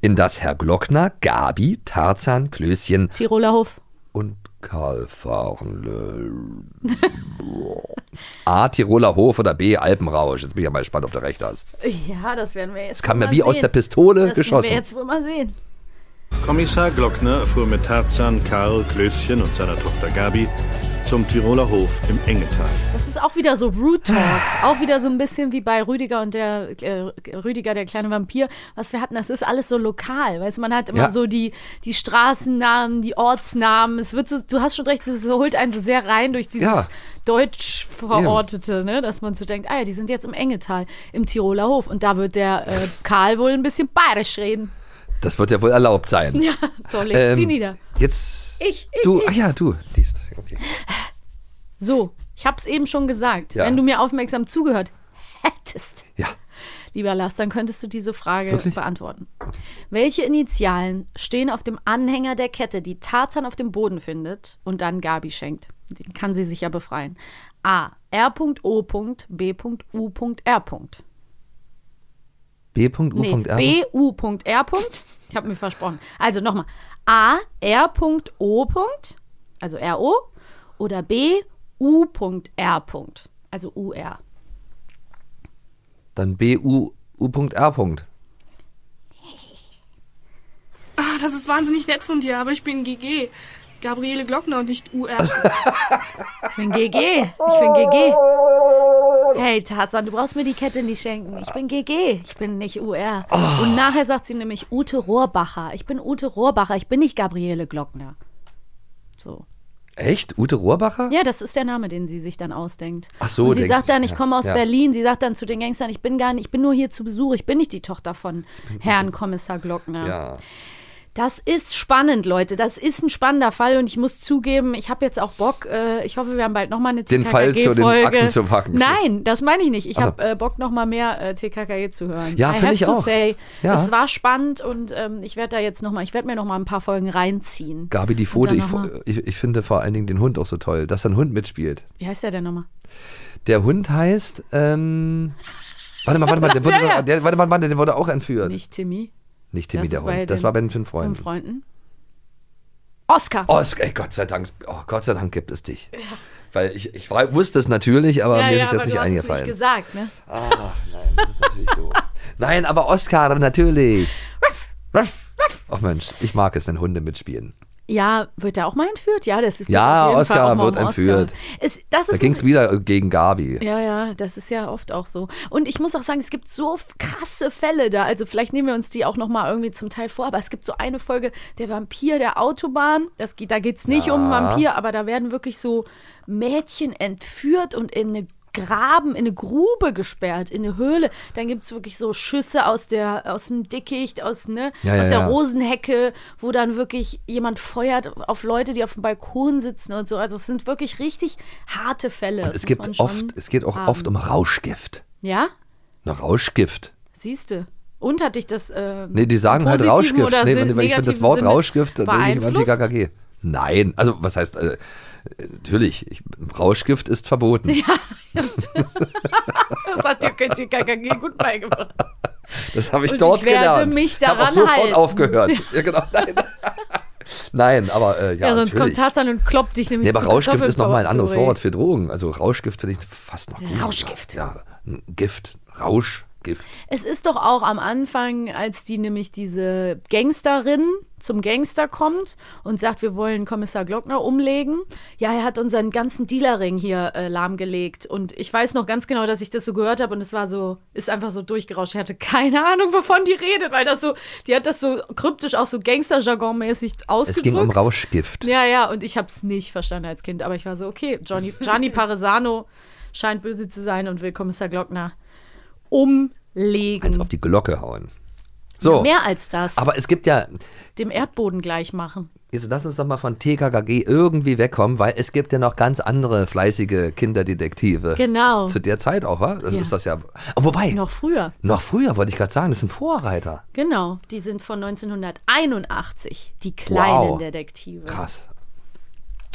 Speaker 5: in das Herr Glockner, Gabi, Tarzan, Klößchen
Speaker 4: Tiroler Hof.
Speaker 5: und Karl fahren? A. Tiroler Hof oder B. Alpenrausch. Jetzt bin ich ja mal gespannt, ob du recht hast.
Speaker 4: Ja, das werden wir jetzt.
Speaker 5: Es kam
Speaker 4: wohl
Speaker 5: mir
Speaker 4: mal
Speaker 5: wie aus
Speaker 4: sehen.
Speaker 5: der Pistole
Speaker 4: das
Speaker 5: geschossen.
Speaker 4: Das werden wir jetzt wohl mal sehen.
Speaker 12: Kommissar Glockner fuhr mit Tarzan, Karl, Klößchen und seiner Tochter Gabi zum Tiroler Hof im Engetal.
Speaker 4: Das ist auch wieder so Root Talk. Auch wieder so ein bisschen wie bei Rüdiger und der äh, Rüdiger, der kleine Vampir, was wir hatten. Das ist alles so lokal. Weißt du, man hat immer
Speaker 5: Ja.
Speaker 4: so die, die Straßennamen, die Ortsnamen. Es wird so, du hast schon recht, es holt einen so sehr rein durch dieses
Speaker 5: Ja.
Speaker 4: Deutsch verortete, ne? dass man so denkt, ah ja, die sind jetzt im Engetal, im Tiroler Hof. Und da wird der äh, Karl wohl ein bisschen bayerisch reden.
Speaker 5: Das wird ja wohl erlaubt sein.
Speaker 4: Ja, so legst
Speaker 5: Ähm,
Speaker 4: sie nieder.
Speaker 5: Jetzt.
Speaker 4: Ich, ich,
Speaker 5: Du,
Speaker 4: ich.
Speaker 5: ach ja, du liest. Okay.
Speaker 4: So, ich hab's eben schon gesagt.
Speaker 5: Ja.
Speaker 4: Wenn du mir aufmerksam zugehört hättest,
Speaker 5: Ja.
Speaker 4: lieber Lars, dann könntest du diese Frage
Speaker 5: Wirklich?
Speaker 4: beantworten. Welche Initialen stehen auf dem Anhänger der Kette, die Tarzan auf dem Boden findet und dann Gabi schenkt? Den kann sie sich ja befreien. A. R.O. B.U.R. Nee,
Speaker 5: B.U.R.
Speaker 4: B.U.R. Ich habe mir versprochen. Also nochmal. A. R.O. Also R.O. Oder B. U.R. Also U.R.
Speaker 5: Dann B.U.U.R.
Speaker 9: Ah, das ist wahnsinnig nett von dir, aber ich bin GG. Gabriele Glockner und nicht UR.
Speaker 4: Ich bin GG. Ich bin GG. Hey, Tarzan, du brauchst mir die Kette nicht schenken. Ich bin GG. Ich bin nicht UR. Und nachher sagt sie nämlich Ute Rohrbacher. Ich bin Ute Rohrbacher. Ich bin nicht Gabriele Glockner. So.
Speaker 5: Echt? Ute Rohrbacher?
Speaker 4: Ja, das ist der Name, den sie sich dann ausdenkt.
Speaker 5: Ach so,
Speaker 4: Und sie
Speaker 5: denkst
Speaker 4: sagt
Speaker 5: du-
Speaker 4: dann, ich
Speaker 5: ja,
Speaker 4: komme aus
Speaker 5: ja.
Speaker 4: Berlin. Sie sagt dann zu den Gangstern, ich bin gar nicht, ich bin nur hier zu Besuch. Ich bin nicht die Tochter von Herrn Kommissar Glockner.
Speaker 5: Ja.
Speaker 4: Das ist spannend, Leute. Das ist ein spannender Fall und ich muss zugeben, ich habe jetzt auch Bock. Äh, ich hoffe, wir haben bald nochmal eine
Speaker 5: Den Fall zu den
Speaker 4: TKKG-Folge.
Speaker 5: Akten zu packen.
Speaker 4: Nein, das meine ich nicht. Ich
Speaker 5: Also.
Speaker 4: habe äh, Bock, nochmal mehr äh, TKKG zu hören.
Speaker 5: Ja,
Speaker 4: I
Speaker 5: finde
Speaker 4: have
Speaker 5: ich
Speaker 4: to
Speaker 5: auch.
Speaker 4: Say,
Speaker 5: Ja.
Speaker 4: Es war spannend und ähm, ich werde da jetzt nochmal, ich werde mir nochmal ein paar Folgen reinziehen.
Speaker 5: Gabi, die
Speaker 4: Und
Speaker 5: Pfote,
Speaker 4: dann
Speaker 5: ich,
Speaker 4: noch mal-
Speaker 5: ich, ich finde vor allen Dingen den Hund auch so toll, dass ein Hund mitspielt.
Speaker 4: Wie heißt der denn nochmal?
Speaker 5: Der Hund heißt, ähm, warte mal, warte mal, der wurde,
Speaker 4: Ja, ja.
Speaker 5: Der, warte mal, warte, der wurde auch entführt.
Speaker 4: Nicht Timmy.
Speaker 5: Nicht Timmy,
Speaker 4: Das
Speaker 5: der
Speaker 4: ist bei
Speaker 5: Hund. Das
Speaker 4: den
Speaker 5: war bei den fünf Freunden.
Speaker 4: Fünf Freunden. Oscar.
Speaker 5: Oscar, ey, Gott sei Dank, oh, Gott sei Dank gibt es dich. Weil ich, ich war, wusste es natürlich, aber
Speaker 4: ja,
Speaker 5: mir
Speaker 4: ja,
Speaker 5: ist es jetzt
Speaker 4: aber
Speaker 5: nicht
Speaker 4: du hast
Speaker 5: eingefallen.
Speaker 4: Es nicht gesagt, ne?
Speaker 5: Ach nein, das ist natürlich doof. Nein, aber Oscar natürlich. Ruff. Ach Mensch, ich mag es, wenn Hunde mitspielen.
Speaker 4: Ja, wird er auch mal entführt? Ja, das ist
Speaker 5: Ja,
Speaker 4: auf jeden Fall
Speaker 5: Oscar
Speaker 4: auch mal
Speaker 5: wird
Speaker 4: um
Speaker 5: entführt.
Speaker 4: Oscar. Es, das
Speaker 5: Da
Speaker 4: ist
Speaker 5: ging es wieder gegen Gabi.
Speaker 4: Ja, ja, das ist ja oft auch so. Und ich muss auch sagen, es gibt so f- krasse Fälle da. Also vielleicht nehmen wir uns die auch nochmal irgendwie zum Teil vor, aber es gibt so eine Folge, der Vampir der Autobahn. Das, geht- da geht es nicht
Speaker 5: Ja.
Speaker 4: um Vampir, aber da werden wirklich so Mädchen entführt und in eine Graben, in eine Grube gesperrt, in eine Höhle. Dann gibt es wirklich so Schüsse aus, der, aus dem Dickicht, aus, ne,
Speaker 5: Ja,
Speaker 4: aus
Speaker 5: ja,
Speaker 4: der
Speaker 5: ja.
Speaker 4: Rosenhecke, wo dann wirklich jemand feuert auf Leute, die auf dem Balkon sitzen und so. Also es sind wirklich richtig harte Fälle.
Speaker 5: Und
Speaker 4: Das
Speaker 5: es
Speaker 4: muss
Speaker 5: gibt
Speaker 4: man schon
Speaker 5: oft, es geht auch
Speaker 4: haben.
Speaker 5: oft um Rauschgift.
Speaker 4: Ja,
Speaker 5: Na, Rauschgift.
Speaker 4: siehst du. Und hat dich das. Äh,
Speaker 5: Nee, die sagen
Speaker 4: im
Speaker 5: halt
Speaker 4: positiven
Speaker 5: Rauschgift.
Speaker 4: oder
Speaker 5: Nee,
Speaker 4: sin-
Speaker 5: wenn, wenn ich finde das
Speaker 4: negativen
Speaker 5: Wort
Speaker 4: Sinne
Speaker 5: Rauschgift, dann denke ich im
Speaker 4: beeinflusst?
Speaker 5: Anti-KKG. Nein, also was heißt, äh, natürlich, ich, Rauschgift ist verboten.
Speaker 4: Ja, das hat dir Könnte KKG gut beigebracht.
Speaker 5: Das habe ich
Speaker 4: Und
Speaker 5: dort
Speaker 4: ich werde
Speaker 5: gelernt.
Speaker 4: mich
Speaker 5: ich habe auch
Speaker 4: daran
Speaker 5: sofort
Speaker 4: halten.
Speaker 5: aufgehört. Ja, genau. Nein, nein aber äh, ja,
Speaker 4: Ja, sonst
Speaker 5: natürlich.
Speaker 4: kommt Tarzan und kloppt dich nämlich
Speaker 5: Nee, aber
Speaker 4: zu
Speaker 5: Rauschgift ist nochmal ein anderes
Speaker 4: Kartoffelpüree.
Speaker 5: Wort für Drogen. Also Rauschgift finde ich fast noch gut.
Speaker 4: Rauschgift.
Speaker 5: Ja, ein Gift, Rauschgift.
Speaker 4: Es ist doch auch am Anfang, als die nämlich diese Gangsterin zum Gangster kommt und sagt, wir wollen Kommissar Glockner umlegen. Ja, er hat unseren ganzen Dealerring hier äh, lahmgelegt. Und ich weiß noch ganz genau, dass ich das so gehört habe und es war so, ist einfach so durchgerauscht. Ich hatte keine Ahnung, wovon die redet, weil das so, die hat das so kryptisch auch so Gangster-Jargon-mäßig ausgedrückt.
Speaker 5: Es ging um Rauschgift.
Speaker 4: Ja, ja, und ich habe es nicht verstanden als Kind, aber ich war so, okay, Johnny, Gianni Paresano scheint böse zu sein und will Kommissar Glockner umlegen.
Speaker 5: Auf die Glocke hauen. So.
Speaker 4: Mhm. Mehr als das.
Speaker 5: Oh. aber es gibt ja,
Speaker 4: dem Erdboden gleich machen.
Speaker 5: jetzt lass uns doch mal von TKKG irgendwie wegkommen, weil es gibt ja noch ganz andere fleißige Kinderdetektive.
Speaker 4: Genau.
Speaker 5: Zu der Zeit auch, wa? Das
Speaker 4: Ja.
Speaker 5: ist das ja. Oh, wobei,
Speaker 4: Noch früher.
Speaker 5: noch früher wollte ich gerade sagen, das sind Vorreiter.
Speaker 4: Genau. Die sind von 1981. Die kleinen
Speaker 5: Wow.
Speaker 4: Detektive.
Speaker 5: Krass.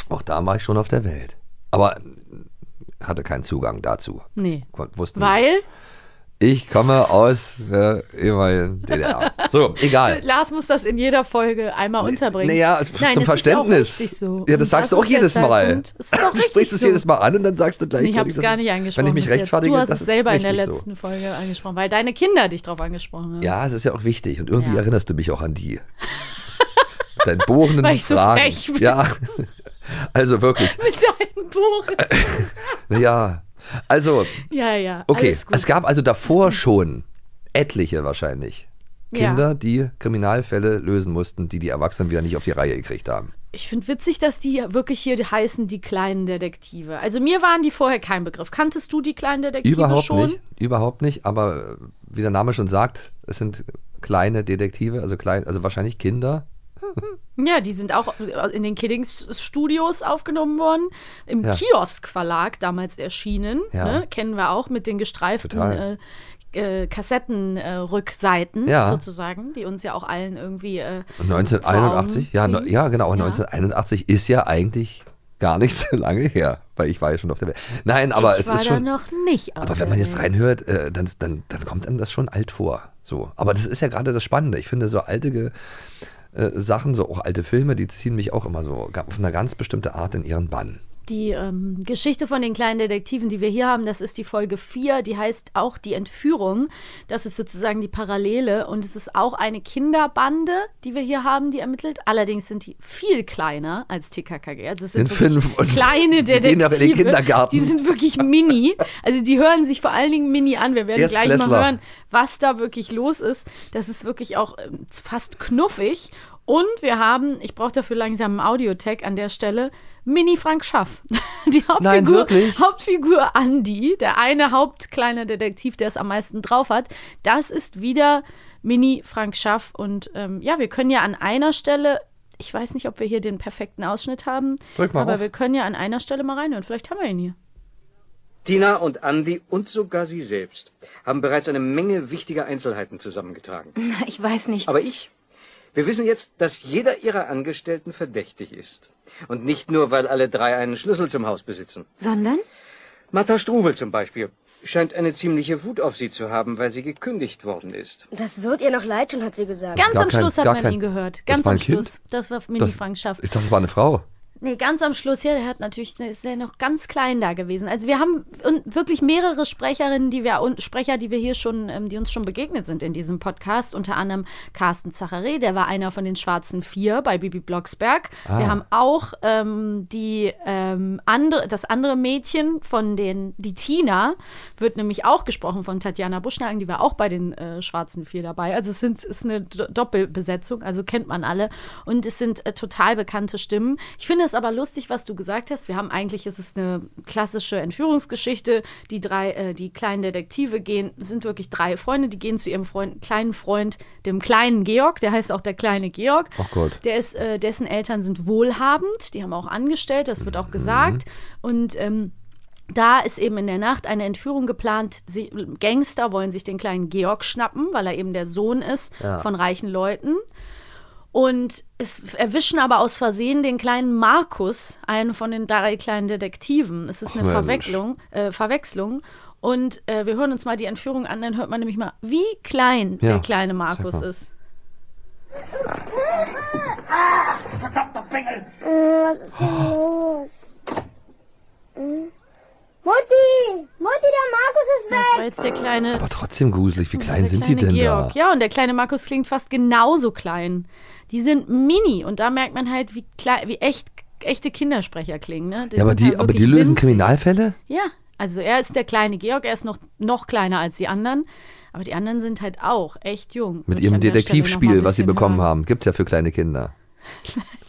Speaker 5: Auch da war ich schon auf der Welt. Aber hatte keinen Zugang dazu.
Speaker 4: Nee.
Speaker 5: Kon- Wusste nicht.
Speaker 4: Weil
Speaker 5: Ich komme aus der ehemaligen DDR. So, egal.
Speaker 4: Lars muss das in jeder Folge einmal unterbringen.
Speaker 5: Äh. Naja, zum
Speaker 4: Nein, es ist ja auch
Speaker 5: Verständnis.
Speaker 4: richtig so.
Speaker 5: Ja,
Speaker 4: Und
Speaker 5: das sagst du auch
Speaker 4: ist der
Speaker 5: jedes Mal.
Speaker 4: Zeitpunkt. Es ist doch
Speaker 5: Du sprichst
Speaker 4: richtig
Speaker 5: es
Speaker 4: so.
Speaker 5: jedes Mal an und dann sagst du
Speaker 4: Und
Speaker 5: gleich,
Speaker 4: ich habe es gar nicht angesprochen.
Speaker 5: wenn ich mich
Speaker 4: bis jetzt.
Speaker 5: rechtfertige,
Speaker 4: Du hast
Speaker 5: das
Speaker 4: es selber in
Speaker 5: ist
Speaker 4: der
Speaker 5: richtig
Speaker 4: letzten Folge angesprochen, weil deine Kinder dich drauf angesprochen haben.
Speaker 5: So. Ja, es ist ja auch wichtig und irgendwie
Speaker 4: Ja.
Speaker 5: erinnerst du mich auch an die. Dein bohrenden
Speaker 4: Weil ich so
Speaker 5: Fragen.
Speaker 4: frech bin.
Speaker 5: Ja, also wirklich.
Speaker 4: Mit deinen Bohren.
Speaker 5: Ja, also
Speaker 4: Ja, ja.
Speaker 5: Okay,
Speaker 4: Alles gut.
Speaker 5: es gab also davor schon etliche wahrscheinlich.
Speaker 4: Ja.
Speaker 5: Kinder, die Kriminalfälle lösen mussten, die die Erwachsenen wieder nicht auf die Reihe gekriegt haben.
Speaker 4: Ich finde witzig, dass die wirklich hier heißen, die kleinen Detektive. Also mir waren die vorher kein Begriff. Kanntest du die kleinen Detektive
Speaker 5: Überhaupt
Speaker 4: schon?
Speaker 5: nicht, überhaupt nicht, aber äh, wie der Name schon sagt, es sind kleine Detektive, also klein, also wahrscheinlich Kinder.
Speaker 4: Ja, die sind auch in den Kiddings Studios aufgenommen worden, im
Speaker 5: Ja.
Speaker 4: Kiosk Verlag damals erschienen.
Speaker 5: Ja.
Speaker 4: Ne? Kennen wir auch mit den gestreiften
Speaker 5: Total.
Speaker 4: äh, äh, Kassettenrückseiten äh,
Speaker 5: Ja.
Speaker 4: sozusagen, die uns ja auch allen irgendwie. Äh,
Speaker 5: Und 1981, ja, ne, ja, genau,
Speaker 4: Ja.
Speaker 5: 1981 ist ja eigentlich gar nicht so lange her, weil ich war ja schon auf der Welt. Nein, aber
Speaker 4: ich
Speaker 5: es
Speaker 4: war
Speaker 5: ist schon
Speaker 4: da noch nicht. auf
Speaker 5: Aber wenn
Speaker 4: der
Speaker 5: man jetzt
Speaker 4: Welt.
Speaker 5: reinhört, äh, dann, dann, dann kommt einem das schon alt vor. So. Aber das ist ja gerade das Spannende. Ich finde, so alte Ge- äh, Sachen, so auch alte Filme, die ziehen mich auch immer so ga- auf eine ganz bestimmte Art in ihren Bann.
Speaker 4: Die ähm, Geschichte von den kleinen Detektiven, die wir hier haben, das ist die Folge 4, die heißt auch die Entführung. Das ist sozusagen die Parallele und es ist auch eine Kinderbande, die wir hier haben, die ermittelt. Allerdings sind die viel kleiner als TKKG. Also es sind
Speaker 5: Sind
Speaker 4: wirklich
Speaker 5: fünf und
Speaker 4: kleine
Speaker 5: die
Speaker 4: Detektive.
Speaker 5: gehen doch in den Kindergarten.
Speaker 4: Die sind wirklich mini. Also die hören sich vor allen Dingen mini an. Wir werden gleich mal
Speaker 5: Erstklässler.
Speaker 4: hören, was da wirklich los ist. Das ist wirklich auch ähm, fast knuffig. Und wir haben, ich brauche dafür langsam einen Audiotech an der Stelle, Mini Frank Schaff. Die Hauptfigur,
Speaker 5: Nein, wirklich?
Speaker 4: Hauptfigur Andy, der eine hauptkleiner Detektiv, der es am meisten drauf hat, das ist wieder Mini Frank Schaff. Und ähm, ja, wir können ja an einer Stelle, ich weiß nicht, ob wir hier den perfekten Ausschnitt haben,
Speaker 11: Drück mal
Speaker 4: aber
Speaker 11: auf.
Speaker 4: wir können ja an einer Stelle mal reinhören. Vielleicht haben wir ihn hier.
Speaker 11: Tina und Andy und sogar sie selbst haben bereits eine Menge wichtiger Einzelheiten zusammengetragen.
Speaker 13: Ich weiß nicht.
Speaker 11: Aber ich? Wir wissen jetzt, dass jeder ihrer Angestellten verdächtig ist. Und nicht nur, weil alle drei einen Schlüssel zum Haus besitzen.
Speaker 13: Sondern?
Speaker 11: Martha Strubel zum Beispiel. scheint eine ziemliche Wut auf sie zu haben, weil sie gekündigt worden ist.
Speaker 13: Das wird ihr noch leid tun, hat sie gesagt.
Speaker 4: Ganz
Speaker 5: Gar
Speaker 4: am
Speaker 5: kein-
Speaker 4: Schluss hat
Speaker 5: gar
Speaker 4: man
Speaker 5: kein-
Speaker 4: ihn gehört.
Speaker 5: das
Speaker 4: Ganz
Speaker 5: war
Speaker 4: am
Speaker 5: ein Kind?
Speaker 4: Schluss. Das war
Speaker 5: Das-
Speaker 4: Mini-Fangschaft.
Speaker 5: Ich dachte, es war eine Frau.
Speaker 4: Nee, ganz am Schluss, ja, der hat natürlich, der ist ja noch ganz klein da gewesen. Also wir haben und wirklich mehrere Sprecherinnen, die wir und Sprecher, die wir hier schon, ähm, die uns schon begegnet sind in diesem Podcast, unter anderem Carsten Zacharé, der war einer von den Schwarzen Vier bei Bibi Blocksberg.
Speaker 3: Ah.
Speaker 4: Wir haben auch ähm, die ähm, andere, das andere Mädchen von den, die Tina, wird nämlich auch gesprochen von Tatjana Buschnagen, die war auch bei den äh, Schwarzen Vier dabei. Also es sind, ist eine Do- Doppelbesetzung, also kennt man alle. Und es sind äh, total bekannte Stimmen. Ich finde es aber lustig, was du gesagt hast. Wir haben eigentlich, es ist eine klassische Entführungsgeschichte. Die drei, äh, die kleinen Detektive gehen, sind wirklich drei Freunde, die gehen zu ihrem Freund, kleinen Freund, dem kleinen Georg, der heißt auch der kleine Georg.
Speaker 5: Ach Gott.
Speaker 4: Der ist, äh, dessen Eltern sind wohlhabend, die haben auch angestellt, das wird
Speaker 3: Mhm.
Speaker 4: auch gesagt. Und ähm, da ist eben in der Nacht eine Entführung geplant. Sie, Gangster wollen sich den kleinen Georg schnappen, weil er eben der Sohn ist
Speaker 3: Ja.
Speaker 4: von reichen Leuten. Und es erwischen aber aus Versehen den kleinen Markus, einen von den drei kleinen Detektiven. Es ist
Speaker 3: Ach,
Speaker 4: eine
Speaker 3: Mensch.
Speaker 4: Verwechslung, äh, Verwechslung. Und äh, wir hören uns mal die Entführung an, dann hört man nämlich mal, wie klein
Speaker 3: Ja,
Speaker 4: der kleine
Speaker 3: sag
Speaker 4: Markus
Speaker 3: mal.
Speaker 4: ist.
Speaker 3: Verdammter Bengel!
Speaker 14: Was ist denn los? Hm? Mutti! Mutti, der Markus ist
Speaker 4: Das war
Speaker 14: weg!
Speaker 4: jetzt der kleine.
Speaker 5: Aber trotzdem gruselig. Wie klein
Speaker 4: Hm, Der
Speaker 5: sind die
Speaker 4: kleine
Speaker 5: denn
Speaker 4: Georg.
Speaker 5: da?
Speaker 4: Ja, und der kleine Markus klingt fast genauso klein. Die sind mini und da merkt man halt, wie, klei- wie echt, echte Kindersprecher klingen. Ne?
Speaker 5: Ja, aber
Speaker 4: sind
Speaker 5: die,
Speaker 4: halt
Speaker 5: aber die
Speaker 4: wirklich
Speaker 5: lösen
Speaker 4: winzig.
Speaker 5: Kriminalfälle?
Speaker 4: Ja, also er ist der kleine Georg, er ist noch, noch kleiner als die anderen. Aber die anderen sind halt auch echt jung.
Speaker 5: Mit
Speaker 4: Würde ich
Speaker 5: ihrem
Speaker 4: an der Stelle halt noch mal
Speaker 5: Detektivspiel,
Speaker 4: ein
Speaker 5: was sie
Speaker 4: bisschen
Speaker 5: bekommen
Speaker 4: hören.
Speaker 5: haben. Gibt ja für kleine Kinder.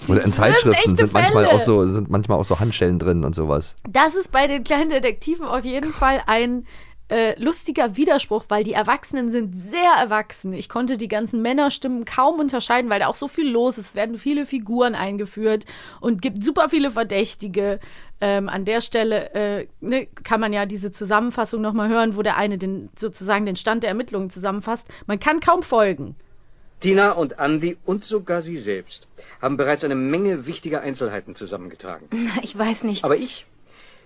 Speaker 5: Oder in
Speaker 4: Das sind echte
Speaker 5: Zeitschriften sind manchmal,
Speaker 4: Fälle.
Speaker 5: auch so, sind manchmal auch so Handschellen drin und sowas.
Speaker 4: Das ist bei den kleinen Detektiven auf jeden Fall ein äh, lustiger Widerspruch, weil die Erwachsenen sind sehr erwachsen. Ich konnte die ganzen Männerstimmen kaum unterscheiden, weil da auch so viel los ist. Es werden viele Figuren eingeführt und gibt super viele Verdächtige. Ähm, an der Stelle äh, ne, kann man ja diese Zusammenfassung nochmal hören, wo der eine den, sozusagen den Stand der Ermittlungen zusammenfasst. Man kann kaum folgen.
Speaker 11: Tina und Andy und sogar sie selbst haben bereits eine Menge wichtiger Einzelheiten zusammengetragen.
Speaker 13: Ich weiß nicht.
Speaker 11: Aber ich?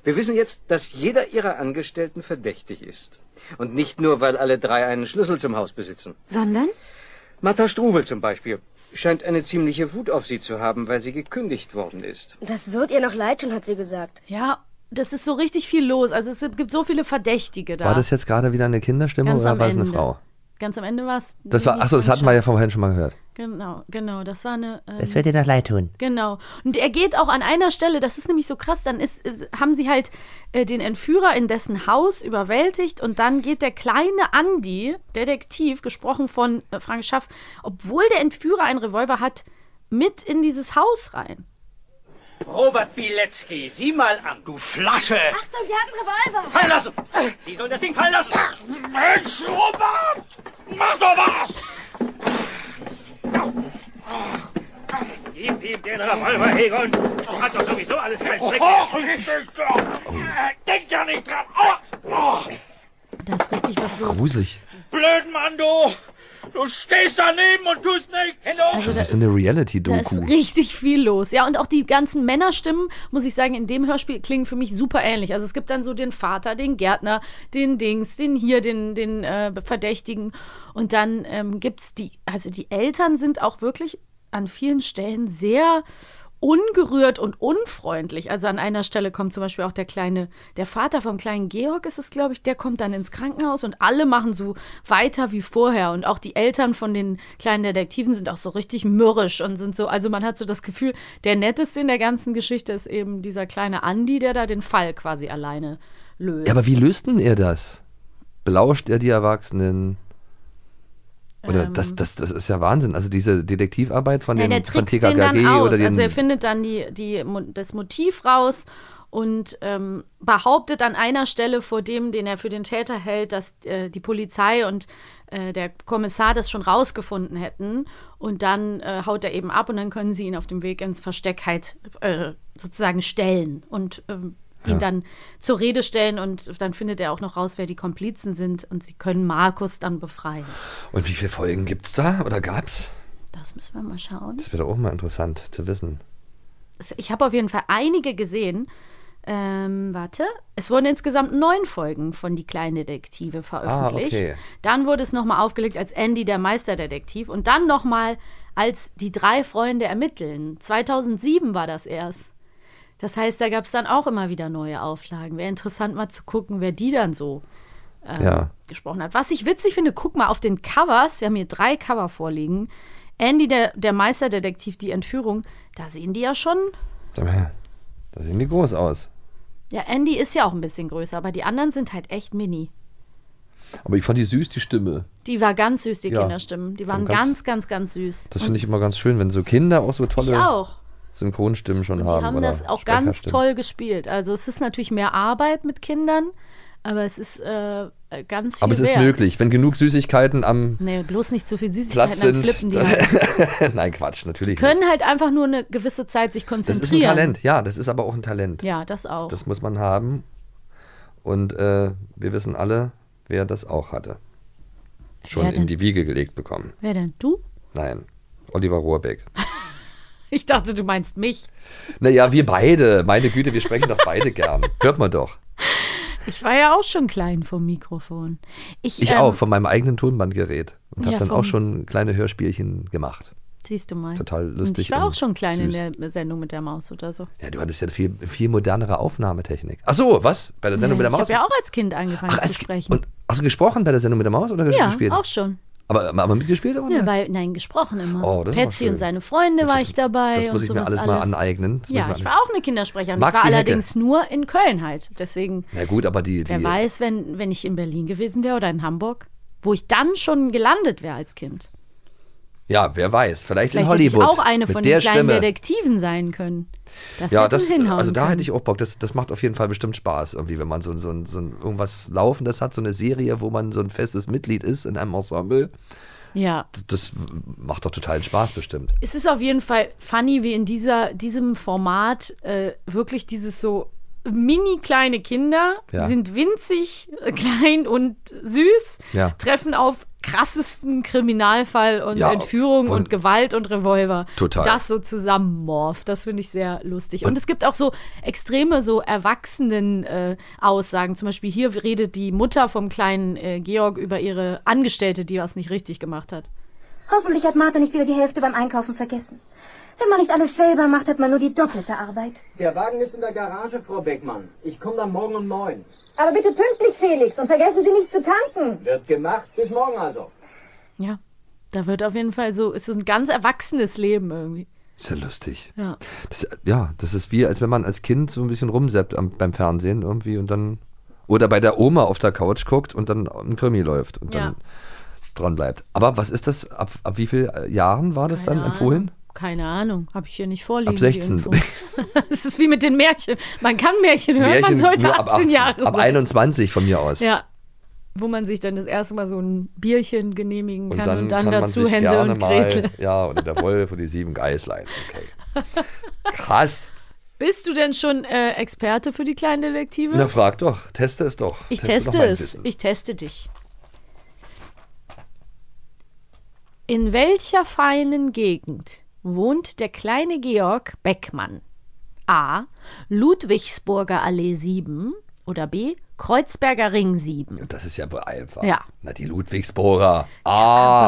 Speaker 11: Wir wissen jetzt, dass jeder ihrer Angestellten verdächtig ist. Und nicht nur, weil alle drei einen Schlüssel zum Haus besitzen.
Speaker 13: Sondern?
Speaker 11: Martha Strubel zum Beispiel scheint eine ziemliche Wut auf sie zu haben, weil sie gekündigt worden ist.
Speaker 13: Das wird ihr noch leid tun, hat sie gesagt.
Speaker 4: Ja, das ist so richtig viel los. Also es gibt so viele Verdächtige da.
Speaker 5: War das jetzt gerade wieder eine Kinderstimme
Speaker 4: Ganz
Speaker 5: oder
Speaker 4: am
Speaker 5: war es eine
Speaker 4: Ende.
Speaker 5: Frau?
Speaker 4: Ganz am Ende war es.
Speaker 5: Das war, achso, das hatten wir ja vorhin schon mal gehört.
Speaker 4: Genau, genau, das war eine. Ähm,
Speaker 15: Es wird dir noch leid tun.
Speaker 4: Genau. Und er geht auch an einer Stelle, das ist nämlich so krass, dann ist, äh, haben sie halt äh, den Entführer in dessen Haus überwältigt und dann geht der kleine Andy, Detektiv, gesprochen von äh, Frank Schaff, obwohl der Entführer einen Revolver hat, mit in dieses Haus rein.
Speaker 16: Robert Bilecki, sieh mal an, du Flasche!
Speaker 13: Achtung, die hat einen Revolver!
Speaker 16: Fallen lassen! Sie soll das Ding fallen lassen! Mensch, Robert! Mach doch was! Gib ihm den Revolver, Egon! Hat doch sowieso alles keinen Zweck mehr!
Speaker 2: Och,
Speaker 16: nicht Äh, Denk ja nicht dran! Oh,
Speaker 4: Da ist richtig was los.
Speaker 5: Gruselig.
Speaker 16: Blöd, Mann, du! Du stehst daneben und tust nichts! Hände hoch!
Speaker 4: Also da
Speaker 5: Das ist eine
Speaker 4: Da ist
Speaker 5: Reality-Doku.
Speaker 4: richtig viel los. Ja, und auch die ganzen Männerstimmen, muss ich sagen, in dem Hörspiel klingen für mich super ähnlich. Also es gibt dann so den Vater, den Gärtner, den Dings, den hier, den, den äh, Verdächtigen. Und dann ähm, gibt es die, also die Eltern sind auch wirklich an vielen Stellen sehr ungerührt und unfreundlich. Also an einer Stelle kommt zum Beispiel auch der kleine, der Vater vom kleinen Georg ist es, glaube ich, der kommt dann ins Krankenhaus und alle machen so weiter wie vorher. Und auch die Eltern von den kleinen Detektiven sind auch so richtig mürrisch und sind so, also man hat so das Gefühl, der netteste in der ganzen Geschichte ist eben dieser kleine Andi, der da den Fall quasi alleine löst.
Speaker 5: Ja, aber wie löst denn ihr das? Belauscht er die Erwachsenen? Oder
Speaker 4: Ähm.
Speaker 5: das, das, das ist ja Wahnsinn. Also diese Detektivarbeit von
Speaker 4: ja,
Speaker 5: dem
Speaker 4: der
Speaker 5: von
Speaker 4: trickst
Speaker 5: TKKG
Speaker 4: den dann aus.
Speaker 5: oder den
Speaker 4: also er findet dann die, die, Mo- das Motiv raus und ähm, behauptet an einer Stelle vor dem, den er für den Täter hält, dass äh, die Polizei und äh, der Kommissar das schon rausgefunden hätten. Und dann äh, haut er eben ab und dann können sie ihn auf dem Weg ins Versteck halt äh, sozusagen stellen und ähm, ihn
Speaker 3: Ja.
Speaker 4: dann zur Rede stellen. Und dann findet er auch noch raus, wer die Komplizen sind und sie können Markus dann befreien.
Speaker 5: Und wie viele Folgen gibt's da oder gab's?
Speaker 4: Das müssen wir mal schauen.
Speaker 5: Das wäre doch auch mal interessant zu wissen.
Speaker 4: Ich habe auf jeden Fall einige gesehen. Ähm, warte. Es wurden insgesamt neun Folgen von Die kleinen Detektive veröffentlicht.
Speaker 5: Ah, okay.
Speaker 4: Dann wurde es nochmal aufgelegt als Andy der Meisterdetektiv und dann nochmal als Die drei Freunde ermitteln. 2007 war das erst. Das heißt, da gab es dann auch immer wieder neue Auflagen. Wäre interessant mal zu gucken, wer die dann so ähm,
Speaker 5: Ja.
Speaker 4: gesprochen hat. Was ich witzig finde, guck mal auf den Covers. Wir haben hier drei Cover vorliegen. Andy, der, der Meisterdetektiv, die Entführung. Da sehen die ja schon
Speaker 5: Sag mal, Da sehen die groß aus.
Speaker 4: ja, Andy ist ja auch ein bisschen größer, aber die anderen sind halt echt mini.
Speaker 5: Aber ich fand die süß, die Stimme.
Speaker 4: Die war ganz süß, die
Speaker 5: Ja.
Speaker 4: Kinderstimmen. Die waren
Speaker 5: Die haben
Speaker 4: ganz, ganz, ganz süß.
Speaker 5: Das finde ich immer ganz schön, wenn so Kinder auch so tolle
Speaker 4: Ich auch.
Speaker 5: Synchronstimmen schon
Speaker 4: Und die
Speaker 5: haben.
Speaker 4: haben
Speaker 5: oder
Speaker 4: das auch ganz
Speaker 5: Sprecherstimmen.
Speaker 4: toll gespielt. Also es ist natürlich mehr Arbeit mit Kindern, aber es ist äh, ganz viel
Speaker 5: Aber es ist
Speaker 4: wert.
Speaker 5: möglich, wenn genug Süßigkeiten am
Speaker 4: Nee, bloß nicht zu viel Süßigkeiten,
Speaker 5: Platz
Speaker 4: dann
Speaker 5: sind.
Speaker 4: flippen die. halt.
Speaker 5: dann- Nein, Quatsch, natürlich.
Speaker 4: Die
Speaker 5: Nicht.
Speaker 4: können halt einfach nur eine gewisse Zeit sich
Speaker 5: Das
Speaker 4: konzentrieren.
Speaker 5: ist ein Talent, ja, das ist aber auch ein Talent.
Speaker 4: Ja, das auch.
Speaker 5: Das muss man haben. Und äh, wir wissen alle, wer das auch hatte. Schon
Speaker 4: Wer denn?
Speaker 5: in die Wiege gelegt bekommen.
Speaker 4: Wer denn? Du?
Speaker 5: Nein, Oliver Rohrbeck.
Speaker 4: Ich dachte, du meinst mich.
Speaker 5: Naja, wir beide. Meine Güte, wir sprechen doch beide gern. Hört man doch.
Speaker 4: Ich war ja auch schon klein vom Mikrofon. Ich,
Speaker 5: Ich
Speaker 4: ähm,
Speaker 5: auch, von meinem eigenen Tonbandgerät. Und habe
Speaker 4: Ja,
Speaker 5: dann
Speaker 4: vom-
Speaker 5: auch schon kleine Hörspielchen gemacht.
Speaker 4: Siehst du mal.
Speaker 5: Total
Speaker 4: Und
Speaker 5: lustig
Speaker 4: Ich war auch
Speaker 5: und
Speaker 4: schon klein
Speaker 5: süß.
Speaker 4: in der Sendung mit der Maus oder so.
Speaker 5: Ja, du hattest ja viel, viel modernere Aufnahmetechnik. Ach so, was? Bei der Sendung
Speaker 4: Nee,
Speaker 5: mit der Maus?
Speaker 4: Ich habe ja auch als Kind angefangen zu sprechen.
Speaker 5: Hast du gesprochen bei der Sendung mit der Maus oder ges-
Speaker 4: ja,
Speaker 5: gespielt?
Speaker 4: auch schon.
Speaker 5: Aber, aber mitgespielt? Oder?
Speaker 4: Ja, weil, nein, gesprochen immer.
Speaker 5: Oh, das ist aber
Speaker 4: Patsy
Speaker 5: schön.
Speaker 4: und seine Freunde war ich dabei.
Speaker 5: das muss
Speaker 4: und
Speaker 5: ich mir
Speaker 4: sowas
Speaker 5: alles mal aneignen. Das muss ich
Speaker 4: ja,
Speaker 5: mir
Speaker 4: ich
Speaker 5: alles-
Speaker 4: war auch eine Kindersprecherin.
Speaker 5: Maxi
Speaker 4: ich war
Speaker 5: Hecke.
Speaker 4: allerdings nur in Köln halt. Deswegen,
Speaker 5: Na gut, aber die,
Speaker 4: wer
Speaker 5: die
Speaker 4: weiß, wenn, wenn ich in Berlin gewesen wäre oder in Hamburg, wo ich dann schon gelandet wäre als Kind.
Speaker 5: ja, wer weiß, vielleicht,
Speaker 4: Vielleicht
Speaker 5: in
Speaker 4: hätte ich
Speaker 5: Hollywood.
Speaker 4: auch eine
Speaker 5: mit
Speaker 4: von
Speaker 5: der
Speaker 4: den kleinen
Speaker 5: Stimme.
Speaker 4: Detektiven sein können. Das
Speaker 5: ja,
Speaker 4: hätte
Speaker 5: das,
Speaker 4: hinhauen
Speaker 5: also da
Speaker 4: können.
Speaker 5: hätte ich auch Bock. Das, das macht auf jeden Fall bestimmt Spaß, irgendwie, wenn man so, ein- so, ein- so ein irgendwas Laufendes hat, so eine Serie, wo man so ein festes Mitglied ist in einem Ensemble.
Speaker 4: Ja.
Speaker 5: Das, das macht doch totalen Spaß bestimmt.
Speaker 4: Es ist auf jeden Fall funny, wie in dieser, diesem Format äh, wirklich dieses so mini kleine Kinder
Speaker 5: Ja.
Speaker 4: sind winzig, äh, klein und süß,
Speaker 5: Ja.
Speaker 4: treffen auf krassesten Kriminalfall und
Speaker 5: Ja,
Speaker 4: Entführung und,
Speaker 5: und-
Speaker 4: Gewalt und Revolver.
Speaker 5: Total.
Speaker 4: Das so zusammenmorpht. Das finde ich sehr lustig. Und, es gibt auch so extreme, so erwachsenen äh, Aussagen. Zum Beispiel hier redet die Mutter vom kleinen äh, Georg über ihre Angestellte, die was nicht richtig gemacht hat.
Speaker 15: Hoffentlich hat Martha nicht wieder die Hälfte beim Einkaufen vergessen. Wenn man nicht alles selber macht, hat man nur die doppelte Arbeit.
Speaker 17: Der Wagen ist in der Garage, Frau Beckmann. Ich komme dann morgen um neun.
Speaker 15: Aber bitte pünktlich, Felix, und vergessen Sie nicht zu tanken.
Speaker 17: Wird gemacht. Bis morgen also.
Speaker 4: Ja, da wird auf jeden Fall so, ist so ein ganz erwachsenes Leben irgendwie.
Speaker 5: Ist ja lustig.
Speaker 4: Ja.
Speaker 5: Das, ja, das ist wie, als wenn man als Kind so ein bisschen rumseppt am, beim Fernsehen irgendwie und dann. Oder bei der Oma auf der Couch guckt und dann ein Krimi läuft und dann
Speaker 4: Ja.
Speaker 5: dran bleibt. Aber was ist das? Ab, ab wie vielen Jahren war das
Speaker 4: Keine
Speaker 5: dann empfohlen?
Speaker 4: Ahnung. Keine Ahnung, habe ich hier nicht vorliegen.
Speaker 5: Ab 16.
Speaker 4: die Info. Es ist wie mit den Märchen. Man kann Märchen hören, man sollte 18, Jahre
Speaker 5: ab
Speaker 4: sein.
Speaker 5: 21 von mir aus.
Speaker 4: Ja. Wo man sich dann das erste Mal so ein Bierchen genehmigen
Speaker 5: Und
Speaker 4: kann
Speaker 5: dann,
Speaker 4: und dann
Speaker 5: kann
Speaker 4: dazu
Speaker 5: man sich
Speaker 4: Hänsel
Speaker 5: gerne
Speaker 4: und Gretel.
Speaker 5: mal, ja, oder der Wolf und die sieben Geißlein. Okay. Krass.
Speaker 4: Bist du denn schon äh, Experte für die kleinen Detektive?
Speaker 5: Na frag doch, teste es doch.
Speaker 4: ich
Speaker 5: doch
Speaker 4: teste
Speaker 5: mein
Speaker 4: es.
Speaker 5: Wissen.
Speaker 4: Ich teste dich. In welcher feinen Gegend wohnt der kleine Georg Beckmann? A. Ludwigsburger Allee 7 oder B. Kreuzberger Ring 7.
Speaker 5: Das ist ja wohl einfach.
Speaker 4: Ja.
Speaker 5: Na, die Ludwigsburger. Ah.